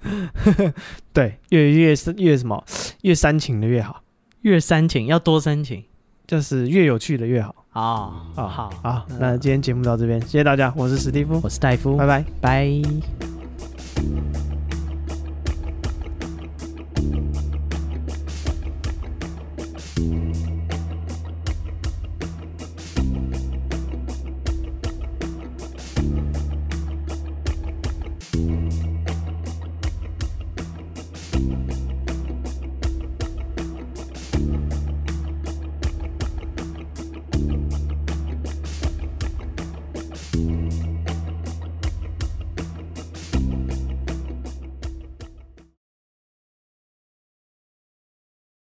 对，越越越什么越煽情的越好，
[LAUGHS] 越煽情要多煽情
就是越有趣的越好
啊、
啊。
好，
好，那今天节目到这边，谢谢大家，我是史蒂夫，
我是戴夫，
拜拜。
拜